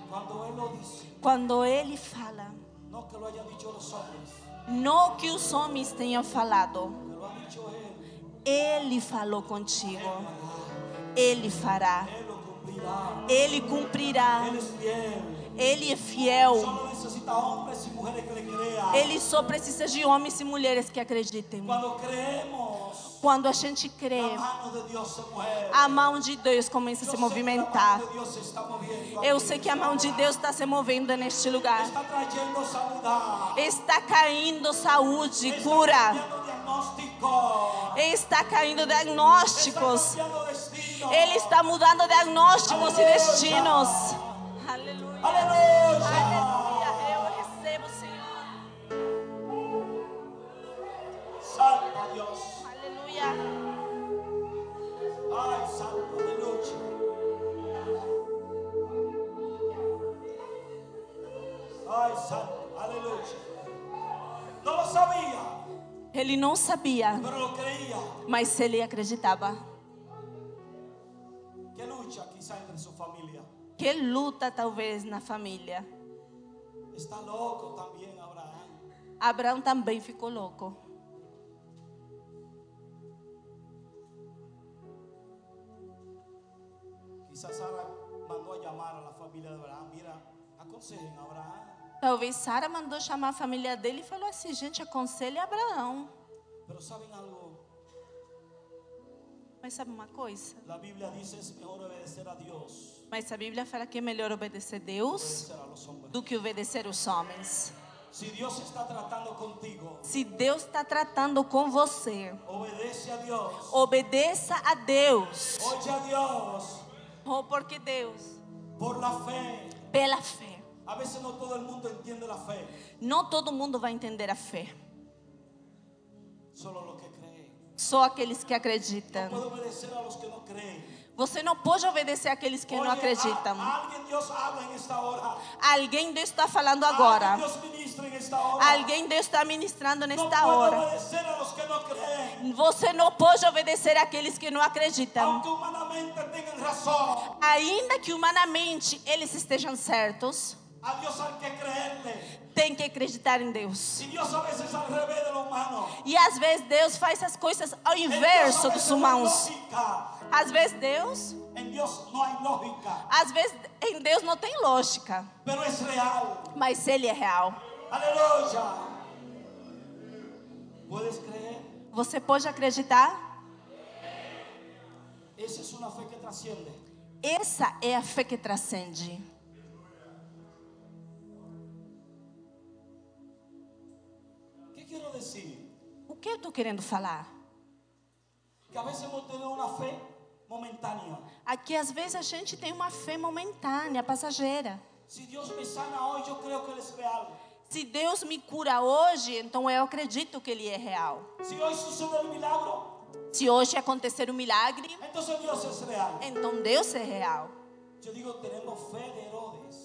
S3: cuando Él lo dice,
S4: Quando ele fala.
S3: no que lo hayan dicho los hombres,
S4: Não que os homens tenham falado.
S3: que lo ha dicho Él,
S4: Ele falou contigo. Ele fará.
S3: Él lo cumplirá.
S4: Ele cumprirá.
S3: Él es fiel.
S4: Ele é fiel.
S3: Solo necesita hombres y mujeres que le crean.
S4: Ele só precisa de homens e mulheres que acreditem.
S3: Cuando creemos,
S4: Quando a gente crê,
S3: la mano de Dios se mueve.
S4: a mão de Deus começa a
S3: Yo sé
S4: se
S3: que La
S4: movimentar.
S3: mano de Dios se está moviendo
S4: Eu
S3: aquí.
S4: sei que a mão de Deus está se movendo neste lugar.
S3: Está trayendo sanidad.
S4: Está caindo saúde,
S3: Está
S4: cura.
S3: cambiando diagnóstico.
S4: Está caindo
S3: Está
S4: diagnósticos.
S3: cambiando destino.
S4: Ele está mudando diagnósticos e destinos. Aleluia.
S3: Aleluya.
S4: Aleluia. Eu recebo, Senhor.
S3: Santo Dios.
S4: Aleluia.
S3: Ay, santo aleluya. Ay, santo, aleluya. No lo sabía,
S4: Ele não sabia,
S3: pero lo creía.
S4: mas ele acreditava.
S3: Que lucha quizá entre su familia.
S4: Que luta talvez na família.
S3: Está loco también Abraham.
S4: Abraão também ficou louco.
S3: Quizás Sara mandó a llamar a la familia de Abraham. Mira, aconsejen a Abraham.
S4: Talvez Sara mandou chamar a família dele e falou assim: gente, aconselhe Abraão.
S3: Pero saben algo,
S4: Mas sabe uma coisa?
S3: la Biblia dice es mejor obedecer a Dios
S4: Mas a Bíblia fala que é melhor obedecer
S3: que
S4: Deus
S3: obedecer a los hombres.
S4: do que obedecer os homens.
S3: Si Dios está tratando contigo,
S4: Se Deus está tratando com você,
S3: obedece a Dios.
S4: obedeça a Deus.
S3: Oye a Dios
S4: Ou porque Deus,
S3: por la fe.
S4: pela fé.
S3: A veces no todo el mundo entiende la fe,
S4: Não todo mundo vai entender a fé.
S3: solo los que creen.
S4: Só aqueles que acreditam.
S3: Puede obedecer a los que no creen.
S4: Você não pode obedecer àqueles que
S3: Oye,
S4: não
S3: a-
S4: acreditam.
S3: a alguien Dios habla en esta hora.
S4: Alguém Deus está falando agora.
S3: Alguien Dios ministra en esta hora.
S4: Alguém Deus está ministrando
S3: no
S4: nesta
S3: puede
S4: hora.
S3: obedecer a los que no creen.
S4: Você não pode obedecer àqueles que não acreditam.
S3: Aunque humanamente tengan razón,
S4: Ainda que humanamente eles estejam certos,
S3: a Dios hay que creerle.
S4: tem que acreditar em Deus.
S3: Si Dios a veces al revés de lo humano.
S4: E às vezes Deus faz as coisas ao
S3: en Dios a
S4: inverso
S3: veces
S4: dos
S3: no hay
S4: humanos.
S3: lógica.
S4: Às vezes Deus,
S3: En Dios no hay lógica,
S4: às vezes em Deus não tem lógica,
S3: pero es real.
S4: mas ele é real.
S3: Aleluya. ¿Puedes creer?
S4: Você pode acreditar?
S3: Esa es una fe que trasciende.
S4: Essa é a fé que transcende.
S3: ¿Qué quiero decir?
S4: O que eu estou querendo falar?
S3: Que a veces hemos tenido una fe momentánea.
S4: Aqui às vezes a gente tem uma fé momentânea, passageira.
S3: Si Dios me sana hoy, yo creo que Él es real.
S4: Se Deus me cura hoje, então eu acredito que Ele é real.
S3: Si hoy sucede el milagro,
S4: Se hoje acontecer um milagre,
S3: entonces Dios es real.
S4: então Deus é real.
S3: Yo digo, tenemos fe de Herodes.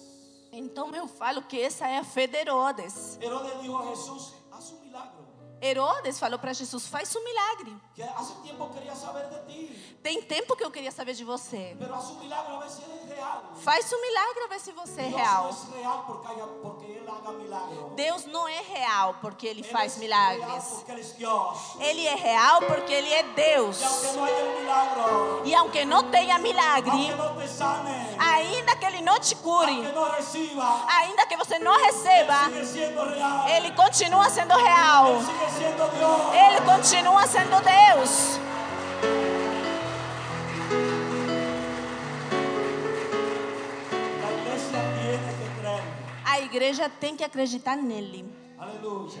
S4: Então eu falo que essa é a fé de Herodes.
S3: Herodes dijo a Jesús, haz un milagro.
S4: Herodes falou para Jesus: faz um milagre.
S3: Que hace tiempo quería saber de ti,
S4: Tem tempo que eu queria saber de você.
S3: pero haz un milagro a ver si Él es real.
S4: Faz um milagre a ver se você é
S3: Dios
S4: real.
S3: no es real porque, haya- porque Él haga milagro.
S4: Deus não é real porque Ele
S3: Él
S4: faz
S3: es real
S4: milagres.
S3: Porque Él es Dios.
S4: Ele é real porque Ele é Deus.
S3: Y aunque no haya el milagro,
S4: E aunque não tenha milagre,
S3: aunque no te sane,
S4: ainda que Ele não te
S3: aunque
S4: cure,
S3: no reciba,
S4: ainda que você não
S3: Él
S4: receba,
S3: sigue siendo real.
S4: Ele continua sendo real.
S3: Él sigue siendo Dios.
S4: Ele continua sendo Deus. igreja tem que acreditar nele.
S3: Aleluya.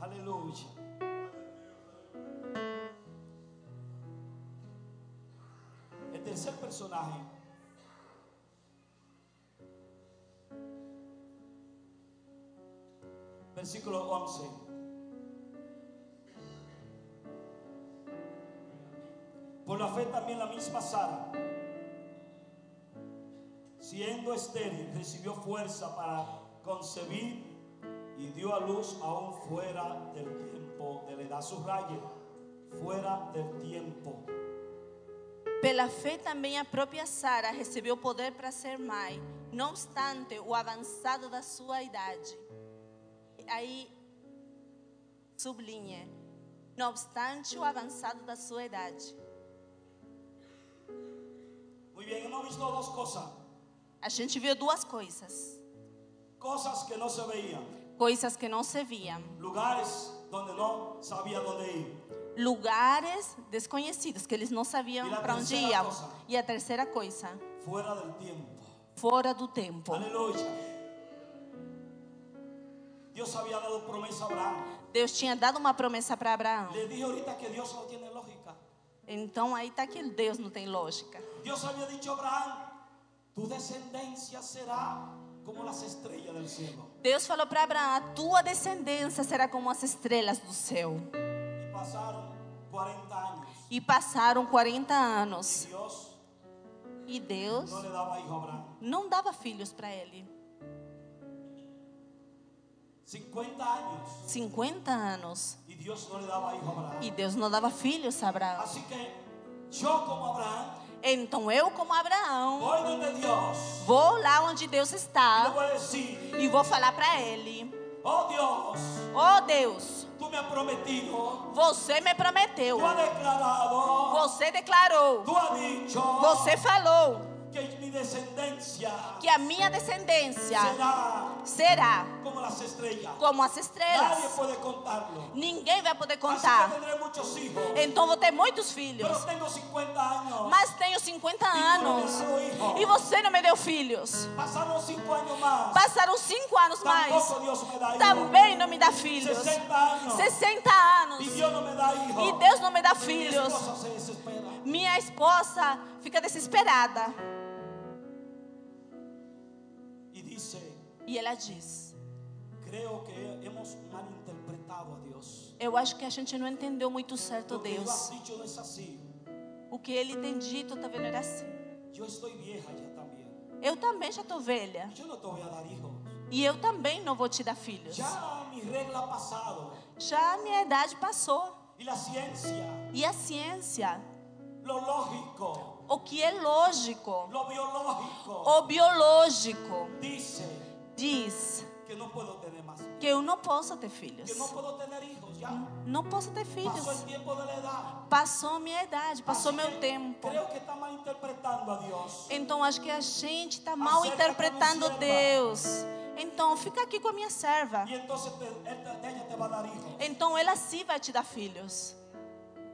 S3: Aleluya. El tercer personaje versículo 11. Por la fe también la misma Sara, siendo estéril, recibió fuerza para concebir y dio a luz aún fuera del tiempo de la edad. Subraye, fuera del tiempo.
S4: Pela fé também a própria Sara recebeu poder para ser mãe, não obstante o avançado da sua idade. Aí sublinha, não obstante o avançado da sua idade.
S3: Muy bien, hemos visto dos cosas.
S4: A gente viu duas coisas,
S3: Cosas que no se veían.
S4: coisas que não se viam,
S3: Lugares donde no sabía dónde ir.
S4: lugares desconhecidos que eles não sabiam
S3: E a
S4: para onde
S3: terceira
S4: iam.
S3: coisa?
S4: E a terceira coisa,
S3: Fuera del tiempo.
S4: fora do tempo.
S3: Aleluya. Dios había dado promesa a Abraham.
S4: Deus tinha dado uma promessa para Abraão.
S3: Le dije ahorita que Dios no tiene lógica.
S4: Então aí está que Deus não tem lógica.
S3: Dios había dicho a Abraham, tu descendencia será como las estrellas del cielo.
S4: Deus falou para Abraão: a tua descendência será como as estrelas do céu.
S3: Y pasaron 40 años.
S4: E passaram 40 anos
S3: Dios
S4: e Deus
S3: no le daba hijo a Abraham.
S4: não dava filhos para ele.
S3: 50 años
S4: 50 anos
S3: y Dios no le daba hijo a Abraham.
S4: e Deus não dava filhos a Abraão.
S3: Así que yo como Abraham
S4: Então eu, como Abraão,
S3: voy donde Dios
S4: vou lá onde Deus
S3: y le
S4: está
S3: voy a decir,
S4: e vou falar para ele:
S3: oh Dios,
S4: Oh Deus,
S3: tú me has prometido,
S4: você me prometeu,
S3: tú has declarado,
S4: você declarou,
S3: tú has dicho
S4: você falou
S3: que mi descendencia
S4: que a minha descendência
S3: será
S4: será
S3: como las estrellas.
S4: como as
S2: Nadie
S4: estrelas.
S2: puede contarlo.
S4: Ninguém vai poder
S2: Así que
S4: contar.
S2: tendré muchos hijos.
S4: Então vou ter muitos filhos.
S2: Pero tengo 50 años.
S4: Mas tenho 50 anos. E você não me deu filhos.
S2: Pasaron 5 años más.
S4: Passaram 5 anos mais.
S2: Tampoco Dios me da hijos.
S4: Também não me dá filhos.
S2: 60 años.
S4: 60 anos.
S2: Y Dios no me da hijos.
S4: E Deus não me dá
S2: Mi
S4: filhos.
S2: esposa se desespera.
S4: Minha esposa fica desesperada.
S3: Y dice,
S4: E ela diz:
S3: creo que hemos malinterpretado a Dios.
S4: Eu acho que a gente não entendeu muito certo
S3: Lo que tú has
S4: Deus.
S3: dicho no es así.
S4: O que ele tem dito, tá vendo? Era assim.
S3: Yo estoy vieja ya también.
S4: Eu também já tô velha.
S3: Yo no te voy a dar hijos.
S4: E eu também não vou te dar filhos.
S3: Ya mi regla ha pasado.
S4: Já a minha idade passou.
S3: Y la ciencia,
S4: E a ciência,
S3: lo lógico,
S4: o que é lógico,
S3: lo biológico,
S4: o biológico,
S3: dice
S4: diz
S3: que no puedo tener más.
S4: que eu não posso ter filhos.
S3: Que no puedo tener hijos ya.
S4: Não posso ter filhos.
S3: Pasó el tiempo de la edad.
S4: Passou minha idade, passou meu tempo.
S3: Creo que está malinterpretando a Dios.
S4: Então acho que a gente está mal
S3: Acerca da
S4: interpretando
S3: minha serva.
S4: Deus. Então fica aqui com a minha serva.
S3: Y entonces te- él te- ella te va a dar hijos.
S4: Então ela sim vai te dar filhos.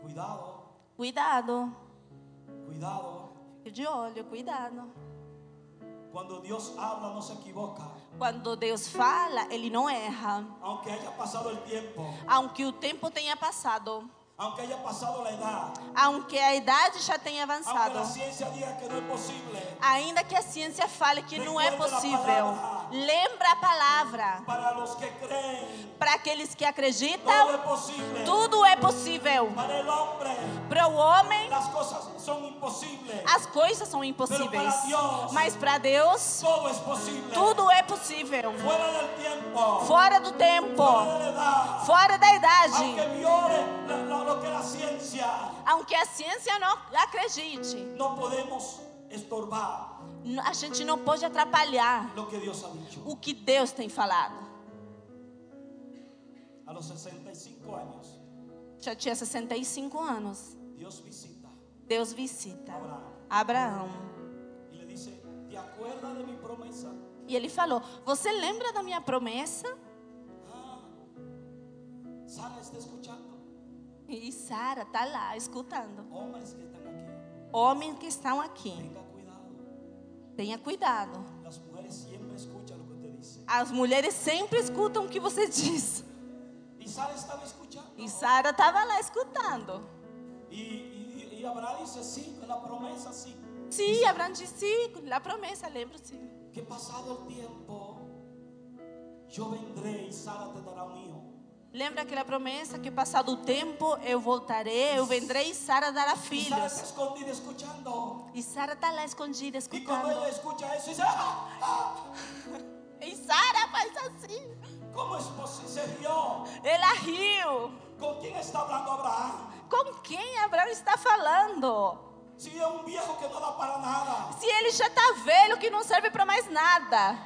S3: Cuidado,
S4: Cuidado,
S3: cuidado.
S4: fique de olho, cuidado.
S3: Cuando Dios habla no se equivoca.
S4: Quando Deus fala, ele não erra.
S3: Aunque haya pasado el tiempo,
S4: Aunque o tempo tenha passado,
S3: aunque haya pasado la edad,
S4: aunque a idade já tenha
S3: aunque
S4: avançado,
S3: la ciencia diga que no es posible,
S4: Ainda que a ciência fale que não é
S3: Recuerda a
S4: possível,
S3: palavra.
S4: lembra a palavra.
S3: para los que creen,
S4: Para aqueles
S3: todo
S4: que
S3: es
S4: acreditam,
S3: posible.
S4: tudo é possível.
S3: Para el hombre,
S4: Para o homem,
S3: las cosas son imposibles.
S4: as coisas são impossíveis.
S3: Deus-
S4: Mas para Deus,
S3: Todo es posible.
S4: tudo é possível.
S3: Fuera del tiempo,
S4: Fora do tempo,
S3: fuera de la edad.
S4: fora da
S3: Aunque
S4: idade.
S3: viole la- la- lo que la ciencia,
S4: Aunque a ciência não acredite,
S3: no podemos estorbar
S4: n- a gente não pode atrapalhar
S3: lo que Dios ha dicho.
S4: o que Deus tem falado.
S3: A los 65 años,
S4: Já tinha 65 anos.
S3: Dios visita
S4: Deus visita
S3: Abraão.
S4: Abraão.
S3: y le dice, ¿te acuerdas de mi promesa?
S4: E ele falou: Você lembra da minha promessa?
S3: Sara está escuchando.
S4: E Sara tá lá escutando.
S3: Hombres que están aquí,
S4: Homens que estão aqui,
S3: tenga cuidado.
S4: tenha cuidado.
S3: Las mujeres siempre escuchan lo que usted dice.
S4: As mulheres sempre escutam o que você diz.
S3: Y Sara estaba escuchando.
S4: E Sara estava lá escutando.
S3: Y, y, y Abraham dice, sí, la promesa, sí.
S4: Sim, Abraão disse, sim, a promessa, lembro-se.
S3: Que pasado el tiempo, yo vendré y Sara te dará un hijo.
S4: Lembra aquela promessa que passado o tempo eu voltarei, eu vendrei e Sara dará
S3: Y Sara está
S4: filhos.
S3: escondida escuchando.
S4: E Sara está lá escondida
S3: Y cuando ella
S4: escutando.
S3: escucha eso, dice, ¡Ah! ah!
S4: E Sara faz assim.
S3: ¿cómo es posible? Se rió.
S4: Ela riu.
S3: ¿Con quién está hablando Abraham?
S4: Com quem Abraão está falando?
S3: Si es un viejo que no da para nada.
S4: Se ele já está velho, que não serve para mais nada.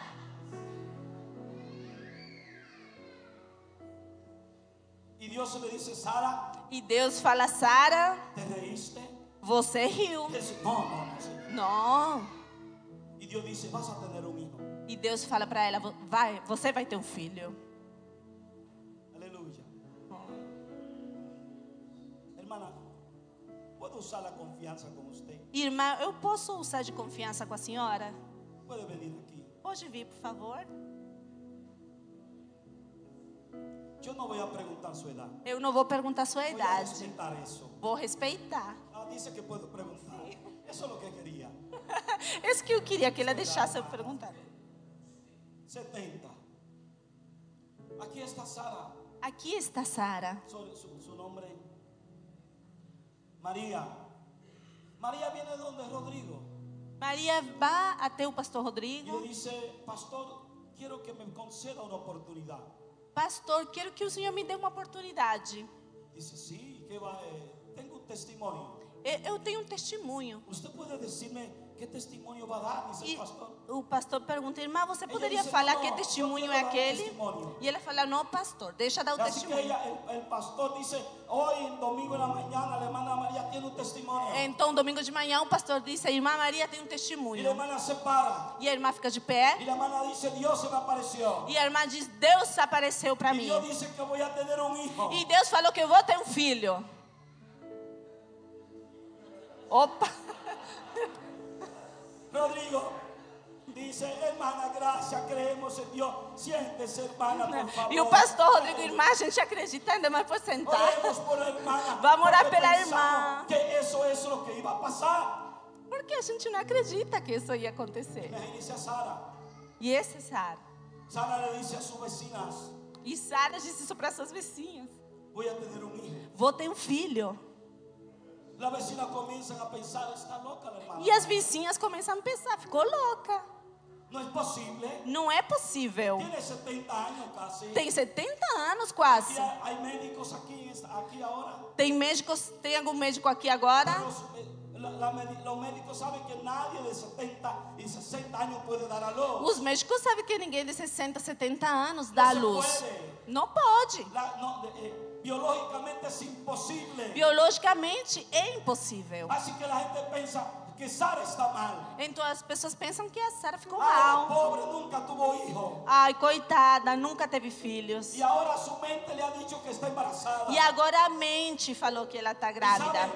S3: Y Dios le dice, Sara,
S4: E Deus fala, Sara,
S3: ¿te reíste?
S4: você é riu.
S3: Y dice, no, no, no, señor.
S4: Não.
S3: Y Dios dice, vas a tener un hijo.
S4: E Deus fala para ela, "Vo- vai, você vai ter um filho.
S3: Aleluya. Hermana, puedo usar la confianza con usted.
S4: Irmã, eu posso usar de confiança com a senhora?
S3: Puede venir aquí.
S4: Pode vir, por favor.
S3: Yo no voy a preguntar su edad.
S4: Eu não vou perguntar a sua
S3: Voy a
S4: idade.
S3: respetar eso.
S4: Vou respeitar.
S3: Ah, dice que puedo preguntar. Eso es lo que quería.
S4: É Isso que eu queria que ela deixasse eu perguntar.
S3: 70. Aquí está Sara.
S4: Aqui está Sara.
S3: Su, su- su nombre. María. María viene donde Rodrigo.
S4: Maria vá até o pastor
S3: Y le
S4: Rodrigo.
S3: dice, pastor, quiero que me conceda una oportunidad.
S4: Pastor, quero que o senhor me dê uma oportunidade.
S3: Dice, sí, que va, eh, tengo un testimonio.
S4: E- Eu tenho um testemunho.
S3: ¿Usted puede decirme qué testimonio va a dar? Dice
S4: E
S3: el pastor.
S4: o pastor pergunta, irmã, você
S3: Ela
S4: poderia
S3: disse,
S4: falar
S3: "Não,
S4: que
S3: eu
S4: testemunho
S3: quero
S4: é
S3: dar um
S4: aquele?
S3: testemunho.
S4: E ela fala, não, pastor, deixa dar o
S3: Así que
S4: testemunho.
S3: ella, el, el pastor dice, hoy el domingo en la mañana la hermana María tiene un testimonio.
S4: Então, domingo de manhã, o pastor disse, a irmã Maria tem um
S3: Y la
S4: testemunho.
S3: hermana se para.
S4: E a irmã fica de
S3: Y
S4: pé.
S3: la hermana dice, Dios se me apareció.
S4: E a irmã diz, Deus apareceu para
S3: Y
S4: mim.
S3: Dios dice que voy a tener un hijo.
S4: E Deus falou que eu vou ter um filho. Opa!
S3: Rodrigo dice, hermana, gracias, creemos en Dios. Siéntese, hermana, por favor.
S4: E o pastor Rodrigo, irmã, a gente acredita ainda, mas pode sentar.
S3: Oremos por la hermana.
S4: Vamos orar
S3: porque
S4: pela
S3: pensamos
S4: irmã.
S3: Que eso es lo que iba a pasar.
S4: Porque a gente não acredita que isso ia acontecer.
S3: Imagínese a Sara.
S4: E esse é Sara.
S3: Sara le dice a sus vecinas,
S4: E Sara disse isso para suas vizinhas.
S3: voy a tener un hijo.
S4: Vou ter um filho.
S3: Las vecinas comienzan a pensar, está loca la hermana.
S4: E as vizinhas começam a pensar, ficou louca.
S3: No es posible.
S4: Não é possível.
S3: Tiene 70 años casi.
S4: Tem 70 anos
S3: Y
S4: quase.
S3: hay hay médicos aquí, en esta- aquí ahora.
S4: Tem médicos, tem algum médico aqui agora?
S3: Los, eh, la- la medi- los médicos saben que nadie de 70 y 60 años puede dar a luz.
S4: Os médicos sabem que ninguém de 60, 70 anos dá à
S3: Não se
S4: luz.
S3: pode.
S4: Não pode.
S3: La- no, de- eh, biológicamente es imposible.
S4: Biologicamente é impossível.
S3: Así que la gente piensa que Sara está mal.
S4: Então as pessoas pensam que a Sara ficou
S3: Ah, la
S4: mal.
S3: pobre nunca tuvo hijo.
S4: Ai, coitada, nunca teve filhos.
S3: Y ahora su mente le ha dicho que está embarazada.
S4: E agora a mente falou que ela está grávida.
S3: ¿Sabe?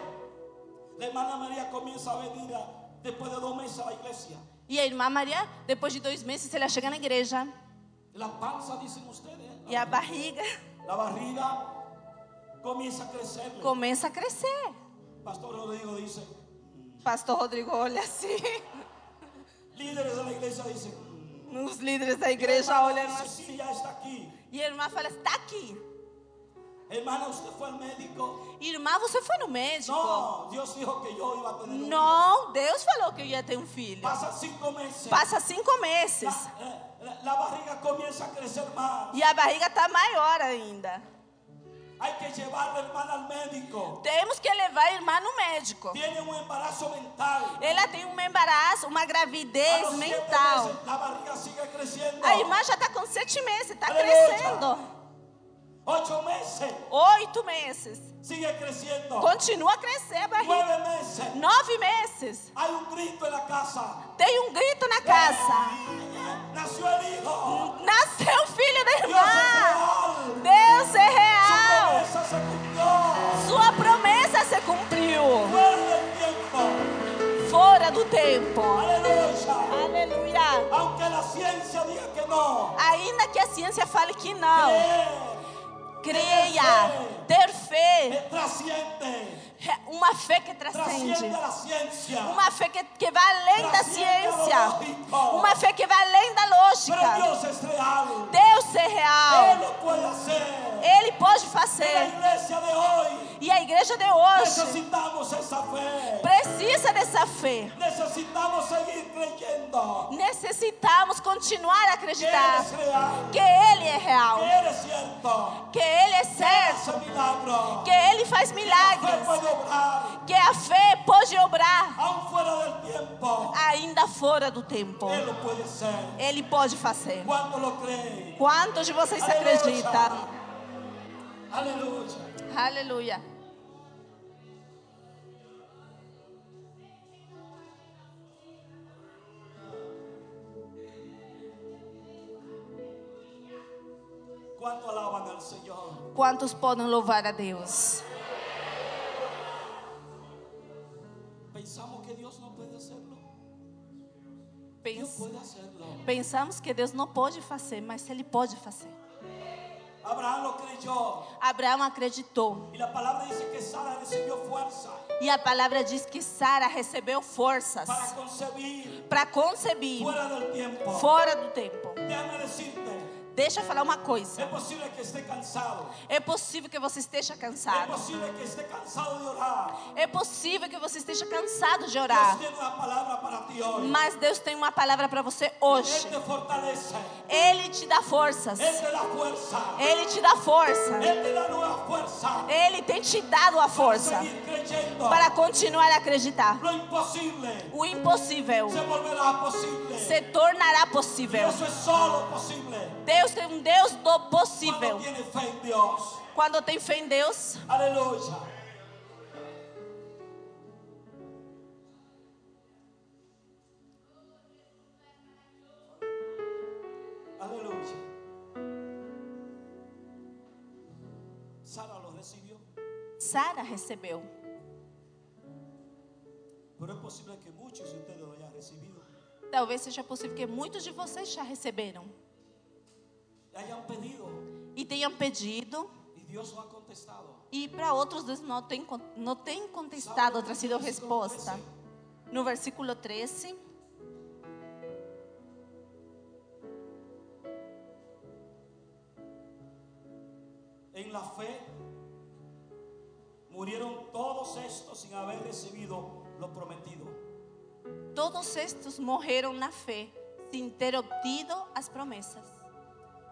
S3: La hermana María comienza a venir a- después de dos meses a la iglesia.
S4: E a irmã Maria, depois de dois meses, ela chega na igreja.
S3: La panza, dicen ustedes. ¿eh?
S4: E a barriga
S3: La barriga comienza a crecerle.
S4: começa a crescer.
S3: Pastor Rodrigo dice,
S4: Pastor Rodrigo olha assim.
S3: líderes de la iglesia dicen, "Mm".
S4: Os líderes da
S3: La
S4: igreja
S3: hermana
S4: olham
S3: dice,
S4: assim.
S3: sí, ya está aquí.
S4: E a irmã fala: está aqui.
S3: Hermana, usted fue al médico.
S4: Irmã, você foi no médico?
S3: No, Dios dijo que yo iba a tener un hijo.
S4: Não, Deus falou que eu ia ter um filho.
S3: Pasan cinco meses.
S4: Passa cinco meses
S3: La, la- la barriga comienza a crecer más.
S4: e a barriga tá maior ainda.
S3: Hay que llevar a la hermana al médico.
S4: Temos que levar a irmã no médico.
S3: Tiene un embarazo mental.
S4: Ela tem um embaraço, uma
S3: A los
S4: gravidez
S3: siete
S4: mental.
S3: meses, la barriga sigue creciendo.
S4: A irmã já tá com sete meses, tá
S3: Aleluia.
S4: crescendo.
S3: Ocho meses
S4: Oito meses.
S3: sigue creciendo.
S4: Continua a crescer a barriga.
S3: Nueve meses.
S4: Nove meses.
S3: Hay un grito en la casa. Eh,
S4: Tem um grito na casa.
S3: Nació el
S4: Mm.
S3: hijo.
S4: Nasceu o filho da
S3: Dios es
S4: irmã.
S3: real.
S4: Deus
S3: Su
S4: é real.
S3: promesa se cumplió.
S4: Sua promessa se cumpriu.
S3: Fuera del tiempo.
S4: Fora todo tempo.
S3: Aleluia.
S4: Aleluia.
S3: Aunque la ciencia diga que no.
S4: Ainda que a ciência fale que não,
S3: Cree,
S4: creia, ter fé,
S3: trasciende.
S4: é uma fé que transcende.
S3: Trasciende a la ciencia.
S4: Uma fé que, que vai além da ciência. Uma fé que vai além da
S3: Pero
S4: lógica.
S3: Dios es real.
S4: Deus é
S3: Él
S4: real.
S3: lo puede hacer.
S4: Ele pode
S3: La
S4: fazer.
S3: iglesia de hoy
S4: E a igreja de hoje
S3: necesitamos esa fe.
S4: precisa dessa fé.
S3: Necesitamos seguir creyendo
S4: Necessitamos continuar a
S3: que
S4: acreditar
S3: eres real,
S4: que Ele é
S3: que
S4: real,
S3: eres cierto,
S4: que Ele é certo,
S3: ese milagro
S4: que Ele faz
S3: fue
S4: milagres,
S3: puede obrar
S4: que a fé pode obrar
S3: aún fuera del tiempo.
S4: ainda fora do tempo.
S3: Él lo puede hacer
S4: Ele pode fazer.
S3: cuando lo cree.
S4: Quantos de vocês se
S3: Aleluia.
S4: acreditam?
S3: Aleluya.
S4: Aleluia.
S3: Cuando alaban al Señor.
S4: Quantos podem louvar a Deus?
S3: Pensamos que Dios no puede hacerlo. Dios
S4: Pens-
S3: puede hacerlo.
S4: Pensamos que Deus não pode fazer, mas Ele pode fazer.
S3: Abraham lo creyó
S4: Abraão acreditou.
S3: y la palabra dice que Sara recibió fuerza
S4: E a palavra diz que Sara recebeu forças
S3: para concebir
S4: para concebir
S3: fuera del tiempo.
S4: fora do tempo.
S3: Déjame decirte,
S4: Deixa eu falar uma coisa.
S3: es posible que esté cansado.
S4: É possível que você esteja
S3: Es
S4: cansado.
S3: posible que esté cansado de orar.
S4: É possível que você esteja cansado de
S3: Dios
S4: orar.
S3: tiene una palabra para ti hoy.
S4: Mas Deus tem uma palavra para você hoje.
S3: Él te fortalece.
S4: Ele te dá forças.
S3: Él te da fuerza.
S4: Ele te dá força.
S3: Él te da nueva fuerza.
S4: Ele tem te dado a força
S3: Seguir creyendo.
S4: para continuar a acreditar.
S3: Lo imposible
S4: O impossível
S3: se volverá posible.
S4: se tornará
S3: Y
S4: possível.
S3: eso es solo posible
S4: Deus tem um Deus do
S3: cuando
S4: possível.
S3: tiene fe en Dios.
S4: Quando tem fé em Deus,
S3: Aleluya. Aleluya. Sara lo recibió,
S4: Sara recebeu.
S3: pero es posible que muchos de ustedes lo hayan recibido.
S4: Talvez seja possível que muitos de vocês já receberon
S3: Le hayan pedido
S4: e tenham pedido
S3: y Dios lo ha contestado.
S4: e para outros Deus não tem con- não tem contestado, trazido resposta. No versículo 13,
S3: En la fe murieron todos estos sin haber recibido lo prometido.
S4: todos estes morreram na fé, sem ter obtido as promessas.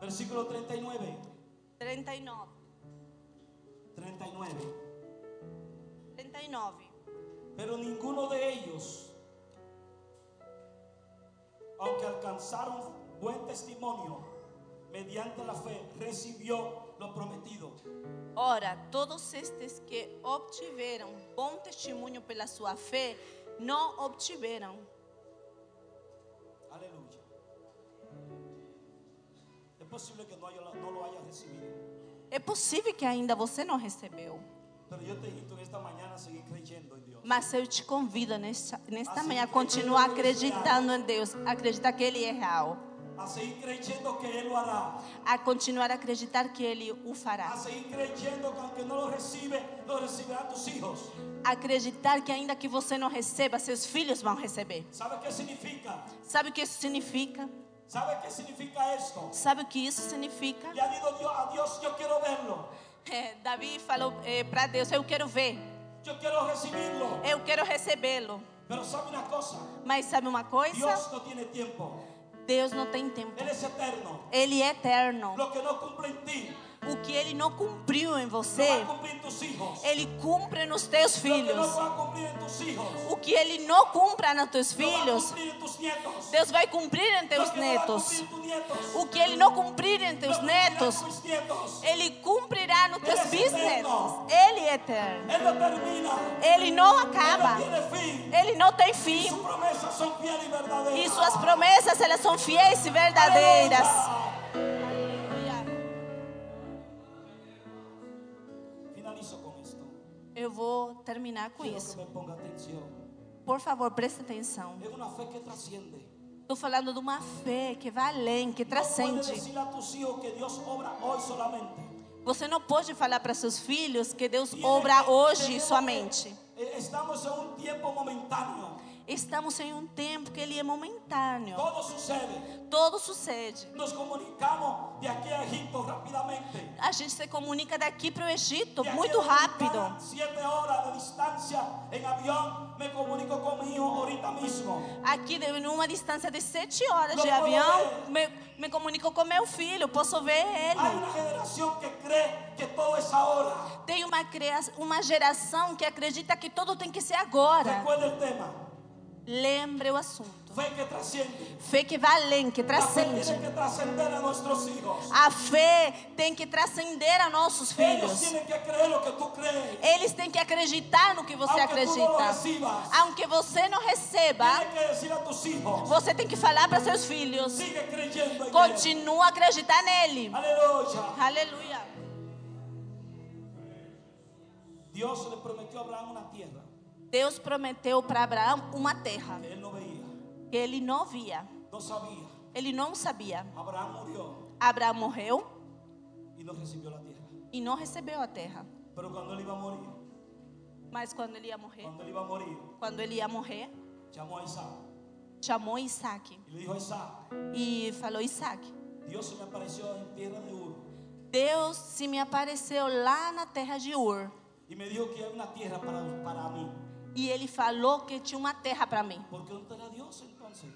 S3: Versículo 39.
S4: 39.
S3: 39.
S4: 39.
S3: Pero ninguno de ellos, aunque alcanzaron buen testimonio mediante la fe, recibió lo prometido.
S4: Ora, todos estes que obtiveram bom testemunho pela sua fé, não obtiveram.
S3: Aleluya. Es posible que no, haya- no lo hayas recibido,
S4: É possível que ainda você não recebeu,
S3: pero yo te invito en esta mañana a seguir creyendo en Dios.
S4: mas eu te convido nesta, nesta manhã a continuar acreditando em Deus, acreditar que Ele é real,
S3: A seguir creyendo que Él lo hará.
S4: a continuar a acreditar que Ele o
S3: A
S4: fará,
S3: seguir creyendo que aunque no lo recibe, lo recibirán tus hijos.
S4: acreditar que ainda que você não receba, seus filhos vão receber.
S3: ¿Sabe qué significa?
S4: Sabe o que isso significa?
S3: ¿Sabe qué significa esto?
S4: Sabe o que isso significa?
S3: Le ha dicho Dios a Dios, yo quiero verlo,
S4: É, Davi falou para Deus: Eu quero ver,
S3: yo quiero recibirlo.
S4: eu quero recebê-lo.
S3: Pero sabe una cosa,
S4: Mas sabe uma coisa?
S3: Dios no tiene tiempo,
S4: Deus não tem tempo.
S3: Él es eterno.
S4: Ele é eterno.
S3: Lo que no cumple en ti,
S4: O que ele não cumpriu em
S3: lo va a
S4: você,
S3: cumplir en tus hijos.
S4: ele cumpre nos teus
S3: Lo que no
S4: filhos.
S3: va a cumplir en tus hijos,
S4: O que ele não cumpra nos teus
S3: lo va a
S4: filhos,
S3: cumplir en tus nietos.
S4: Deus vai cumprir em
S3: Lo
S4: teus
S3: que no va a cumplir
S4: netos.
S3: en tus nietos,
S4: O que ele não cumprir em
S3: lo
S4: teus
S3: cumplirá en
S4: netos,
S3: tus nietos.
S4: ele é cumprirá nos teus bisnetos. Ele é eterno.
S3: Él no termina,
S4: Ele
S3: Él no
S4: não acaba.
S3: tiene fin.
S4: Ele é não tem
S3: Y
S4: fim.
S3: sus promesas son fieles y verdaderas.
S4: E suas promessas, elas são fiéis e verdadeiras.
S3: Aleluya. Finalizo con esto.
S4: Eu vou terminar com
S3: Quiero
S4: isso.
S3: que me ponga atención.
S4: Por favor, preste atenção.
S3: Es una fe que trasciende.
S4: Estou falando de uma fé que vai além, que
S3: Puedes
S4: transcende.
S3: decirle a tus hijos que Dios obra hoy solamente.
S4: Você não pode falar para seus filhos que Deus
S3: Tiene
S4: obra
S3: que-
S4: hoje
S3: tenemos-
S4: somente.
S3: eh, Estamos en un tiempo momentáneo.
S4: Estamos em um tempo que ele é momentâneo.
S3: Todo sucede.
S4: Tudo sucede.
S3: Nos comunicamos de aquí a Egipto rápidamente.
S4: A gente se comunica daqui para o Egito
S3: De aquí
S4: muito
S3: a Dominicana,
S4: rápido.
S3: Siete horas de distancia en avión. Me comunico con mi hijo ahorita mismo.
S4: Aqui, de- numa distância de sete horas
S3: Não
S4: de
S3: posso
S4: avião, me, me comunico com meu filho, posso ver
S3: Hay
S4: ele.
S3: una generación que cree que todo es ahora.
S4: Tem uma, crea- uma geração que acredita que tudo tem que ser agora.
S3: Recuerda el tema.
S4: Lembre o assunto.
S3: Fe que trasciende.
S4: Fé que vai além, que
S3: La fe
S4: transcende.
S3: tiene que trascender a nuestros hijos.
S4: A fé tem que transcender a nossos
S3: Ellos
S4: filhos.
S3: tienen que creer lo que tú crees.
S4: Eles têm que acreditar no que você
S3: Aunque tú no lo
S4: acredita.
S3: recibas.
S4: Aunque você não receba,
S3: Tienes que decir a tus hijos,
S4: você tem que falar para seus filhos.
S3: sigue creyendo en él.
S4: Continua a acreditar nele.
S3: Aleluya.
S4: Aleluia.
S3: Dios le prometió a Abraham una tierra
S4: Deus prometeu para Abraão uma terra
S3: que él no veía,
S4: que ele não via,
S3: no sabía.
S4: ele não sabia.
S3: Abraham murió
S4: Abraão morreu
S3: y no recibió la tierra.
S4: e não recebeu a terra.
S3: Pero cuando él iba a morir,
S4: Mas quando ele ia morrer,
S3: cuando él iba a morir,
S4: quando ele ia morrer,
S3: llamó a Isaac
S4: chamou Isaac
S3: y le dijo a Isaac,
S4: e falou: Isaac,
S3: Dios se me apareció en tierra de Ur
S4: Deus se me apareceu lá na terra de Ur
S3: y me dijo que hay una tierra para, para mí.
S4: e ele falou que tinha uma terra para mim.
S3: ¿Por qué no te la dio entonces?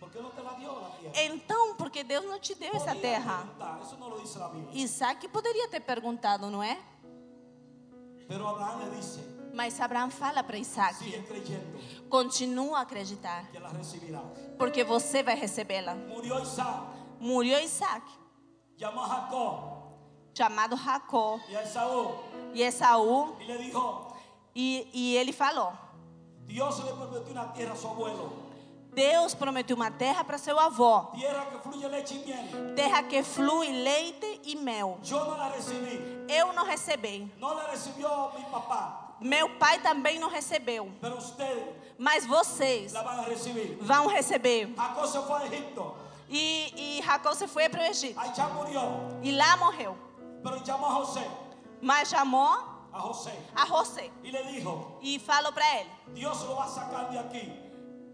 S3: ¿Por qué no te la dio la tierra?
S4: Então, porque Deus não te deu essa
S3: Podía
S4: terra?
S3: preguntar, Eso no lo dice la Biblia.
S4: Isaac poderia ter perguntado, não é?
S3: Pero Abraham le dice,
S4: Mas Abraão fala para Isaac:
S3: sigue creyendo
S4: continua a acreditar,
S3: que la recibirás.
S4: porque você vai recebê-la.
S3: Murió Isaac,
S4: Muriu Isaac,
S3: llamó a Jacob
S4: chamado Jacó,
S3: y a Esaú
S4: e Esaú,
S3: y le dijo,
S4: e, e ele falou:
S3: Dios le prometió una tierra a su abuelo,
S4: Deus prometeu uma terra para seu avô,
S3: tierra que fluye leche y miel.
S4: terra que flui leite e mel.
S3: Yo no la recibí,
S4: Eu não recebi,
S3: no la recibió mi papá,
S4: meu pai também não recebeu,
S3: pero ustedes
S4: mas vocês
S3: la van a recibir.
S4: vão receber.
S3: Jacob se fue a Egipto,
S4: E, e Jacó se foi para o Egito.
S3: allá murió,
S4: E lá morreu.
S3: pero llamó a José,
S4: Mas chamou
S3: a José,
S4: a José
S3: y le dijo,
S4: e falou para ele:
S3: Dios lo va a sacar de aquí,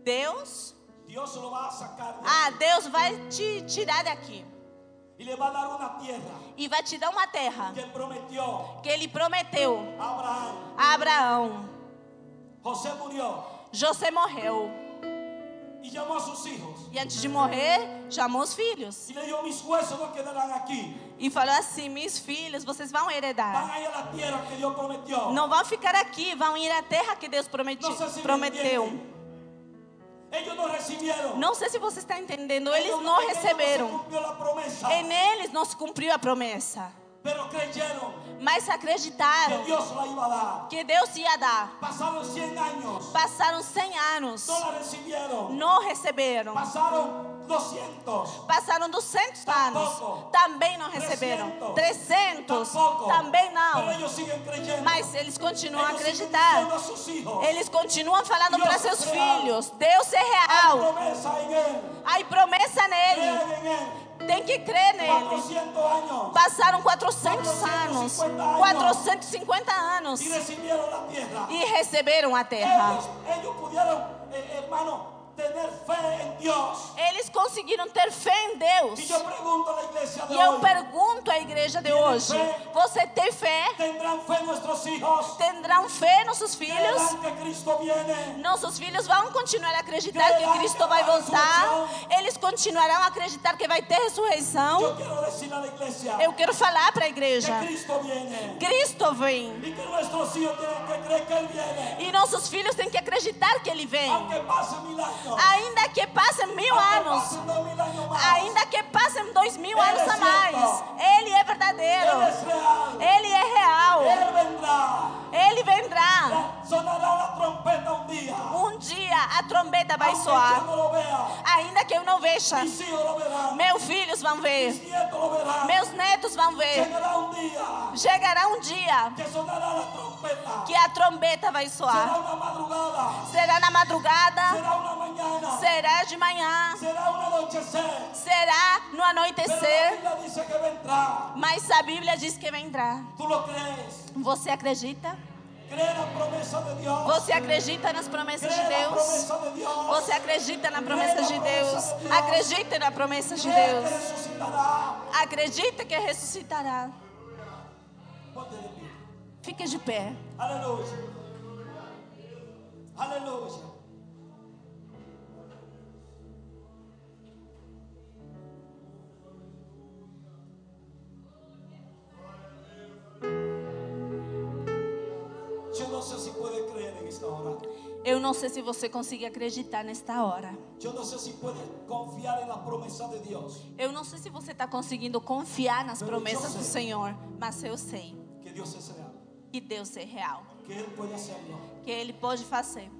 S4: Deus,
S3: Dios lo va a sacar de aquí
S4: ah, Deus vai te tirar daqui
S3: y le va a dar una tierra
S4: e vai te dar uma terra
S3: que prometió
S4: que ele prometeu
S3: a Abraham.
S4: a Abraão.
S3: José murió
S4: José morreu
S3: y llamó a sus hijos.
S4: e antes de morrer, chamou os filhos
S3: Si le digo mis huesos no quedarán aquí.
S4: e falou assim: Meus filhos, vocês vão
S3: Van
S4: heredar.
S3: a ir a la tierra que Dios prometió.
S4: Não vão ficar aqui, vão ir à terra que Deus prometi,
S3: No sé si me
S4: prometeu.
S3: entienden. Ellos no recibieron.
S4: Não sei se você está entendendo, eles
S3: Ellos
S4: não
S3: ellos se
S4: receberam.
S3: cumplió la promesa.
S4: E neles não se cumpriu a promessa.
S3: Pero creyeron
S4: Mas
S3: que
S4: acreditaram
S3: Dios la iba a dar.
S4: que Deus ia dar.
S3: Pasaron 100 años.
S4: Passaram 100 anos,
S3: No la recibieron.
S4: não receberon.
S3: Pasaron 200.
S4: Passaram 200
S3: Tampouco.
S4: anos, também não receberam. 300,
S3: Tampoco.
S4: também
S3: Pero
S4: não.
S3: ellos siguen creyendo.
S4: Mas eles continuam a
S3: Ellos siguen diciendo a
S4: acreditar.
S3: sus hijos.
S4: Eles continuam falando
S3: Deus
S4: para
S3: é
S4: seus
S3: real.
S4: filhos: Deus é
S3: Hay
S4: real.
S3: promesa en él.
S4: Aí promessa nele,
S3: Creen en él.
S4: tem que crer nele.
S3: 400 años.
S4: Passaram 400 anos, 450 anos,
S3: y recibieron la tierra.
S4: e receberam a terra.
S3: Ellos, ellos pudieron, eh, hermano, tener fe en Dios.
S4: Eles conseguiram ter fé em
S3: Y
S4: Deus.
S3: yo pregunto a la iglesia de
S4: E eu
S3: hoy,
S4: pergunto à igreja de hoje: você tem fé?
S3: ¿tendrán fe nuestros hijos?
S4: Terão fé nos seus filhos?
S3: ¿Creerán que Cristo viene?
S4: Nossos filhos vão continuar a acreditar que Cristo vai voltar. Eles continuarão a acreditar que vai ter ressurreição.
S3: Yo quiero decir a la iglesia
S4: Eu quero falar para a igreja:
S3: que Cristo viene
S4: Cristo vem.
S3: y que nuestros hijos tienen que creer que Él viene,
S4: E nossos filhos têm que acreditar que Ele vem.
S3: aunque pasen mil años,
S4: Ainda que passem mil
S3: aunque
S4: anos,
S3: pasen dos mil años más,
S4: ainda que passem dois mil anos a mais, Ele é
S3: Él
S4: verdadeiro.
S3: es real,
S4: Ele é real.
S3: Él vendrá,
S4: Ele vendrá.
S3: sonará la trompeta un día.
S4: Um dia a a trombeta vai
S3: Aunque yo
S4: soar.
S3: no lo vea,
S4: Ainda que eu não veja,
S3: mis hijos lo verán,
S4: meus filhos vão
S3: mis
S4: ver,
S3: nietos lo verán.
S4: meus netos vão ver.
S3: Llegará un día
S4: Chegará um dia
S3: que sonará la trompeta.
S4: que a trombeta vai
S3: Será
S4: soar.
S3: una madrugada,
S4: Será na madrugada,
S3: será una mañana,
S4: será de manhã,
S3: será un anochecer.
S4: será no
S3: Pero la
S4: anoitecer.
S3: Biblia dice que vendrá.
S4: Mas a Bíblia diz que vendrá.
S3: ¿Tú lo crees?
S4: Você acredita?
S3: ¿Cree la promesa de Dios?
S4: Você acredita nas promessas de
S3: ¿Cree la
S4: Deus?
S3: promesa de Dios?
S4: Você acredita na promessa de Deus? Acredita na promessa de
S3: ¿Cree que
S4: Deus.
S3: resucitará?
S4: Acredita que ressuscitará.
S3: Ponte de pie.
S4: Fique de pé.
S3: Aleluya. Aleluya. Yo no sé si puede creer en esta hora.
S4: Eu não sei se você consegue acreditar nesta hora.
S3: Yo no sé si puede confiar en la promesa de Dios.
S4: Eu não sei se você está conseguindo confiar nas promessas do Senhor, mas eu sei
S3: Que Dios es real.
S4: que Deus é real,
S3: Que Él puede hacerlo.
S4: que Ele pode fazer,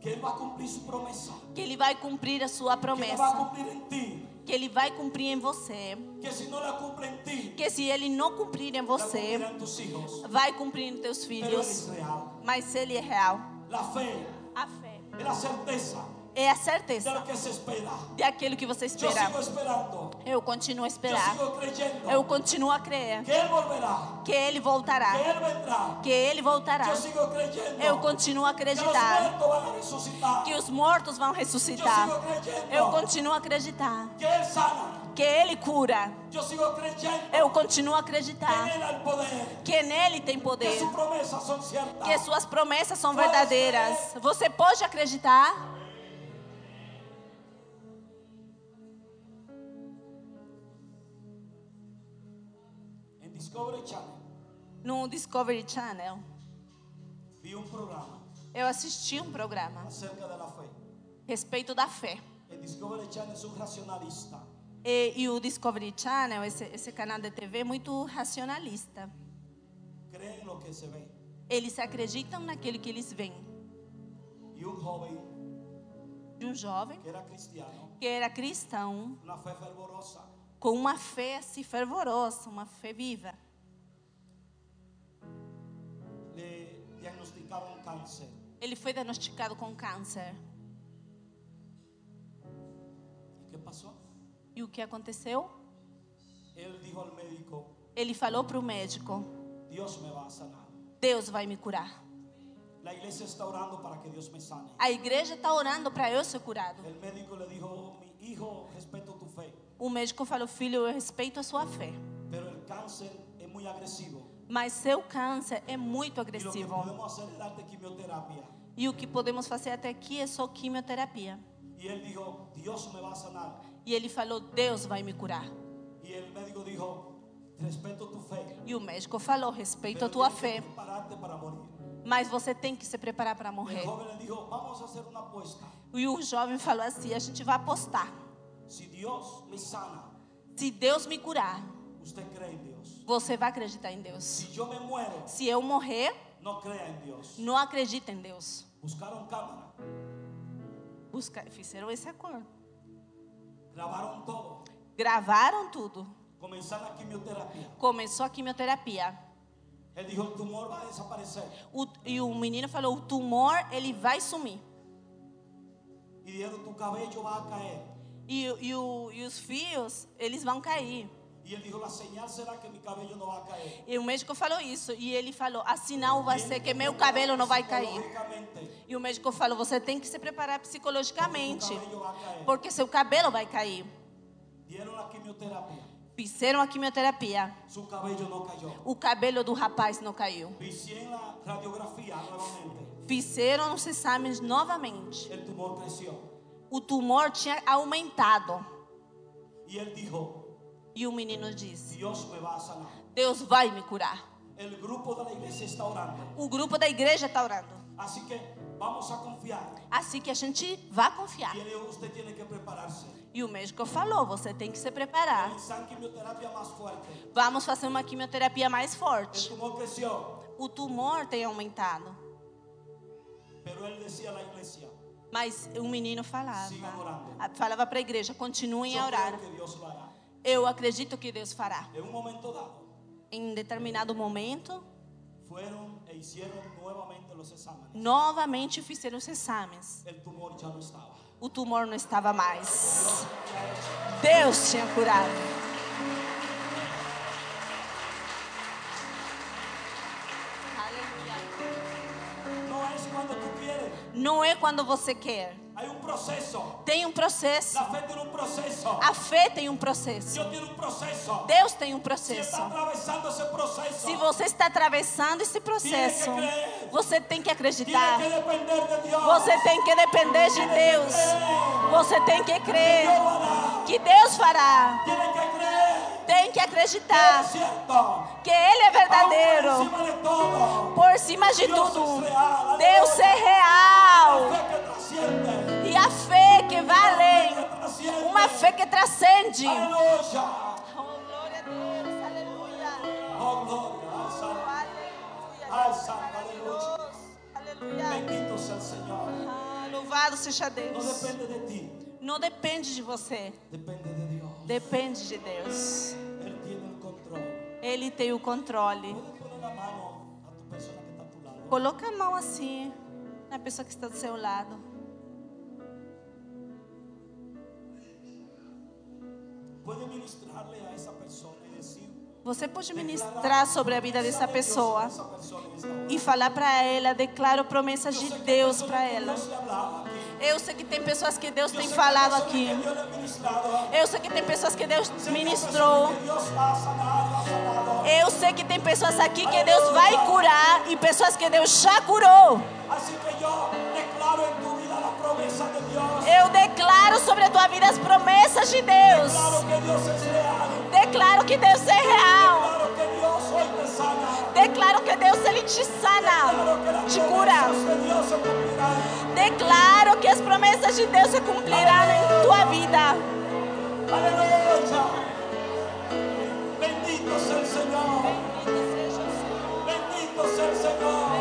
S3: Que Él va a cumplir su promesa.
S4: que Ele vai cumprir a
S3: Que
S4: sua
S3: la va a
S4: promessa,
S3: cumplir en ti.
S4: que Ele vai cumprir em você,
S3: Que si no la cumple en ti,
S4: que se Ele não cumprir em
S3: la
S4: você,
S3: cumplirán tus hijos.
S4: vai cumprir em teus
S3: Pero
S4: filhos,
S3: es real.
S4: mas Ele é real.
S3: La fe
S4: A fé
S3: es la certeza
S4: é a
S3: de
S4: certeza
S3: lo que se espera.
S4: de aquilo que você
S3: Yo
S4: espera.
S3: sigo esperando.
S4: Eu continuo a
S3: Yo
S4: esperar,
S3: sigo creyendo
S4: eu continuo a crer
S3: que Él volverá,
S4: que Ele voltará,
S3: que Él vendrá.
S4: que Ele voltará.
S3: Yo sigo creyendo
S4: Eu continuo a
S3: que los
S4: acreditar
S3: muertos van a resucitar.
S4: que os mortos vão
S3: Yo
S4: ressuscitar.
S3: sigo
S4: Eu
S3: creyendo
S4: continuo a acreditar
S3: que Él sana.
S4: que Ele cura.
S3: Yo sigo creyendo
S4: Eu continuo a
S3: que en
S4: acreditar
S3: Él hay poder,
S4: que nele tem
S3: que
S4: poder,
S3: sus promesas son
S4: que
S3: ciertas.
S4: suas promessas são verdadeiras. Você pode acreditar?
S3: En Discovery Channel
S4: No Discovery Channel,
S3: vi un programa
S4: eu assisti um programa
S3: acerca de la fe.
S4: a respeito da fé.
S3: El Discovery Channel es un racionalista.
S4: E, e o Discovery Channel, esse, esse canal de TV, é muito racionalista.
S3: Cree en lo que se ve.
S4: Eles acreditam naquilo que eles veem.
S3: Y un joven
S4: De um jovem
S3: que era cristiano,
S4: que era cristão,
S3: una fe fervorosa,
S4: com uma fé assim fervorosa, uma fé viva.
S3: le diagnosticaron cáncer.
S4: Ele foi diagnosticado com câncer.
S3: ¿Y qué pasó?
S4: E o que aconteceu?
S3: Él dijo al médico,
S4: Ele falou para o médico:
S3: Dios me va a sanar.
S4: Deus vai me curar.
S3: La iglesia está orando para que Dios me sane.
S4: A igreja está orando para eu ser curado.
S3: El médico le dijo, mi hijo, respeto tu fe,
S4: O médico falou: Filho, eu respeito a sua fé,
S3: pero el cáncer es muy agresivo.
S4: mas seu câncer é muito
S3: Y lo que
S4: agressivo.
S3: podemos hacer es darte quimioterapia.
S4: E o que podemos fazer até aqui é só quimioterapia.
S3: Y él dijo, Dios me va a sanar.
S4: E ele falou: Deus vai me curar.
S3: Y el médico dijo, respeto tu fe.
S4: E o médico falou: Respeito a
S3: pero
S4: tua
S3: tienes que
S4: fé,
S3: Prepararte para morir.
S4: mas você tem que se preparar para
S3: El
S4: morrer.
S3: joven le dijo, vamos a hacer una apuesta.
S4: E o jovem falou assim: A gente vai apostar.
S3: Si Dios me sana,
S4: Se Deus me curar,
S3: usted cree en Dios.
S4: você vai acreditar em Deus.
S3: Si yo me muero,
S4: Se eu morrer,
S3: no crea en Dios.
S4: não acredita em Deus.
S3: Buscaron cámara,
S4: Busca- fizeram esse acordo.
S3: grabaron todo,
S4: Gravaram tudo.
S3: comenzaron la quimioterapia.
S4: Começou a quimioterapia.
S3: Él dijo, el tumor va a desaparecer.
S4: O- e o menino falou: o tumor ele vai sumir.
S3: Y dijeron, tu cabello va a caer.
S4: E, o- e o- e os fios eles vão cair.
S3: Y él dijo, la señal será que mi cabello no va a caer.
S4: E o médico falou isso. E ele falou: a sinal vai ser que meu cabelo não vai cair.
S3: Lógicamente,
S4: E o médico falou: você tem que se preparar psicologicamente,
S3: tu cabello va a caer.
S4: porque seu cabelo vai cair.
S3: Dieron la quimioterapia,
S4: Fizeram a quimioterapia.
S3: su cabello no cayó.
S4: O cabelo do rapaz não caiu.
S3: Hicieron la radiografía nuevamente,
S4: Fizeram os exames novamente.
S3: el tumor creció.
S4: O tumor tinha aumentado.
S3: Y él dijo,
S4: E o menino disse:
S3: Dios me va a sanar.
S4: Deus vai me curar.
S3: El grupo de la iglesia está orando.
S4: O grupo da igreja está orando.
S3: Así que vamos a confiar.
S4: Assim que a gente vá confiar.
S3: Y él dijo, usted tiene que prepararse.
S4: E o médico falou: você tem que se preparar.
S3: Comenzar quimioterapia más fuerte.
S4: Vamos fazer uma quimioterapia mais
S3: El
S4: forte.
S3: tumor creció,
S4: O tumor tem aumentado.
S3: pero él decía a la iglesia,
S4: Mas o menino falava.
S3: Siga orando.
S4: a- Falava para a igreja, continuem a
S3: Yo
S4: orar.
S3: creo que Dios lo hará.
S4: Eu acredito que Deus fará.
S3: En un momento dado,
S4: Em determinado momento,
S3: fueron e hicieron nuevamente los exámenes.
S4: novamente fizeram os exames.
S3: El tumor ya no estaba.
S4: O tumor não estava mais. Deus tinha curado. Aleluia.
S3: No es cuando tú quieres.
S4: Não é quando você quer.
S3: Hay un proceso.
S4: Tem um processo.
S3: La fe tiene un proceso.
S4: A fé tem um processo.
S3: Dios tiene un proceso.
S4: Deus tem um
S3: Si
S4: processo.
S3: está atravesando ese proceso,
S4: Se você está atravessando esse processo, você tem
S3: tiene
S4: que acreditar.
S3: que depender de Dios.
S4: Você tem que depender de Deus. Você tem que crer
S3: Dios lo hará.
S4: que Deus fará.
S3: Tiene que creer.
S4: Tem que
S3: Es
S4: acreditar
S3: cierto.
S4: que Ele é
S3: Aún
S4: verdadeiro.
S3: por encima de todo.
S4: Por cima de tudo, Deus é real.
S3: Fe que trasciende.
S4: E a fé que vai além.
S3: Que trasciende.
S4: Uma fé que transcende.
S3: Aleluya.
S4: Oh, glória a Deus. Aleluia.
S3: Oh, gloria al Santo.
S4: Aleluia.
S3: Al Santo, aleluya.
S4: Aleluia.
S3: Bendito sea el Señor.
S4: Ah, louvado seja
S3: No
S4: Deus.
S3: depende de ti,
S4: Não depende de você,
S3: depende de Dios.
S4: depende de Deus.
S3: Él tiene el control.
S4: Ele tem o controle.
S3: Puedes poner la mano a tu persona que está a tu lado.
S4: Coloca a mão assim na pessoa que está do seu lado.
S3: Puedes ministrarle a esa persona y decir,
S4: Você pode ministrar sobre a vida dessa pessoa
S3: esa persona en esta hora.
S4: e falar para ela, declaro promessas de Deus para ela.
S3: Dios le hablaba aquí.
S4: Eu sei que tem pessoas que Deus
S3: Yo
S4: tem
S3: sé que
S4: falado
S3: hay personas
S4: aqui.
S3: que Dios le ha ministrado.
S4: Eu sei que tem pessoas que Deus
S3: Sé que hay
S4: ministrou.
S3: personas que Dios ha sanado, ha sanado.
S4: Eu sei que tem pessoas aqui que Deus vai curar e pessoas que Deus já curou.
S3: Así que yo declaro en tu vida la promesa de Dios.
S4: Eu declaro sobre a tua vida as promessas de Deus.
S3: Claro que Dios es real.
S4: Declaro que Deus é real.
S3: Claro que Dios hoy te sana.
S4: Declaro que Deus ele
S3: Claro
S4: te
S3: que
S4: sana,
S3: las
S4: te cura.
S3: promesas de Dios se cumplirán.
S4: Declaro que as promessas de Deus se cumprirão em tua vida.
S3: Aleluya. Bendito sea el Señor. Bendito sea el Señor.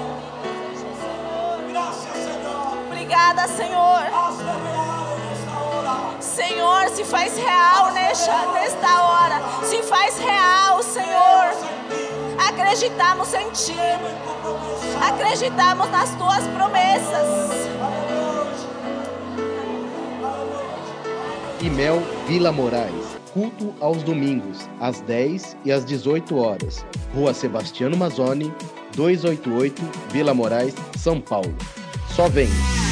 S3: Gracias, Señor.
S4: Obrigada, Senhor.
S3: Hazte real en esta hora.
S4: Senhor, se faz real nesta, nesta hora. Se faz real, Senhor.
S3: En ti,
S4: Acreditamos em ti.
S3: en tu promesa.
S4: Acreditamos nas tuas promessas.
S3: Aleluya.
S5: Imel Vila Moraes. Culto aos domingos, às 10 e às 18 horas. Rua Sebastiano Mazzoni, 288, Vila Moraes, São Paulo. Só vem.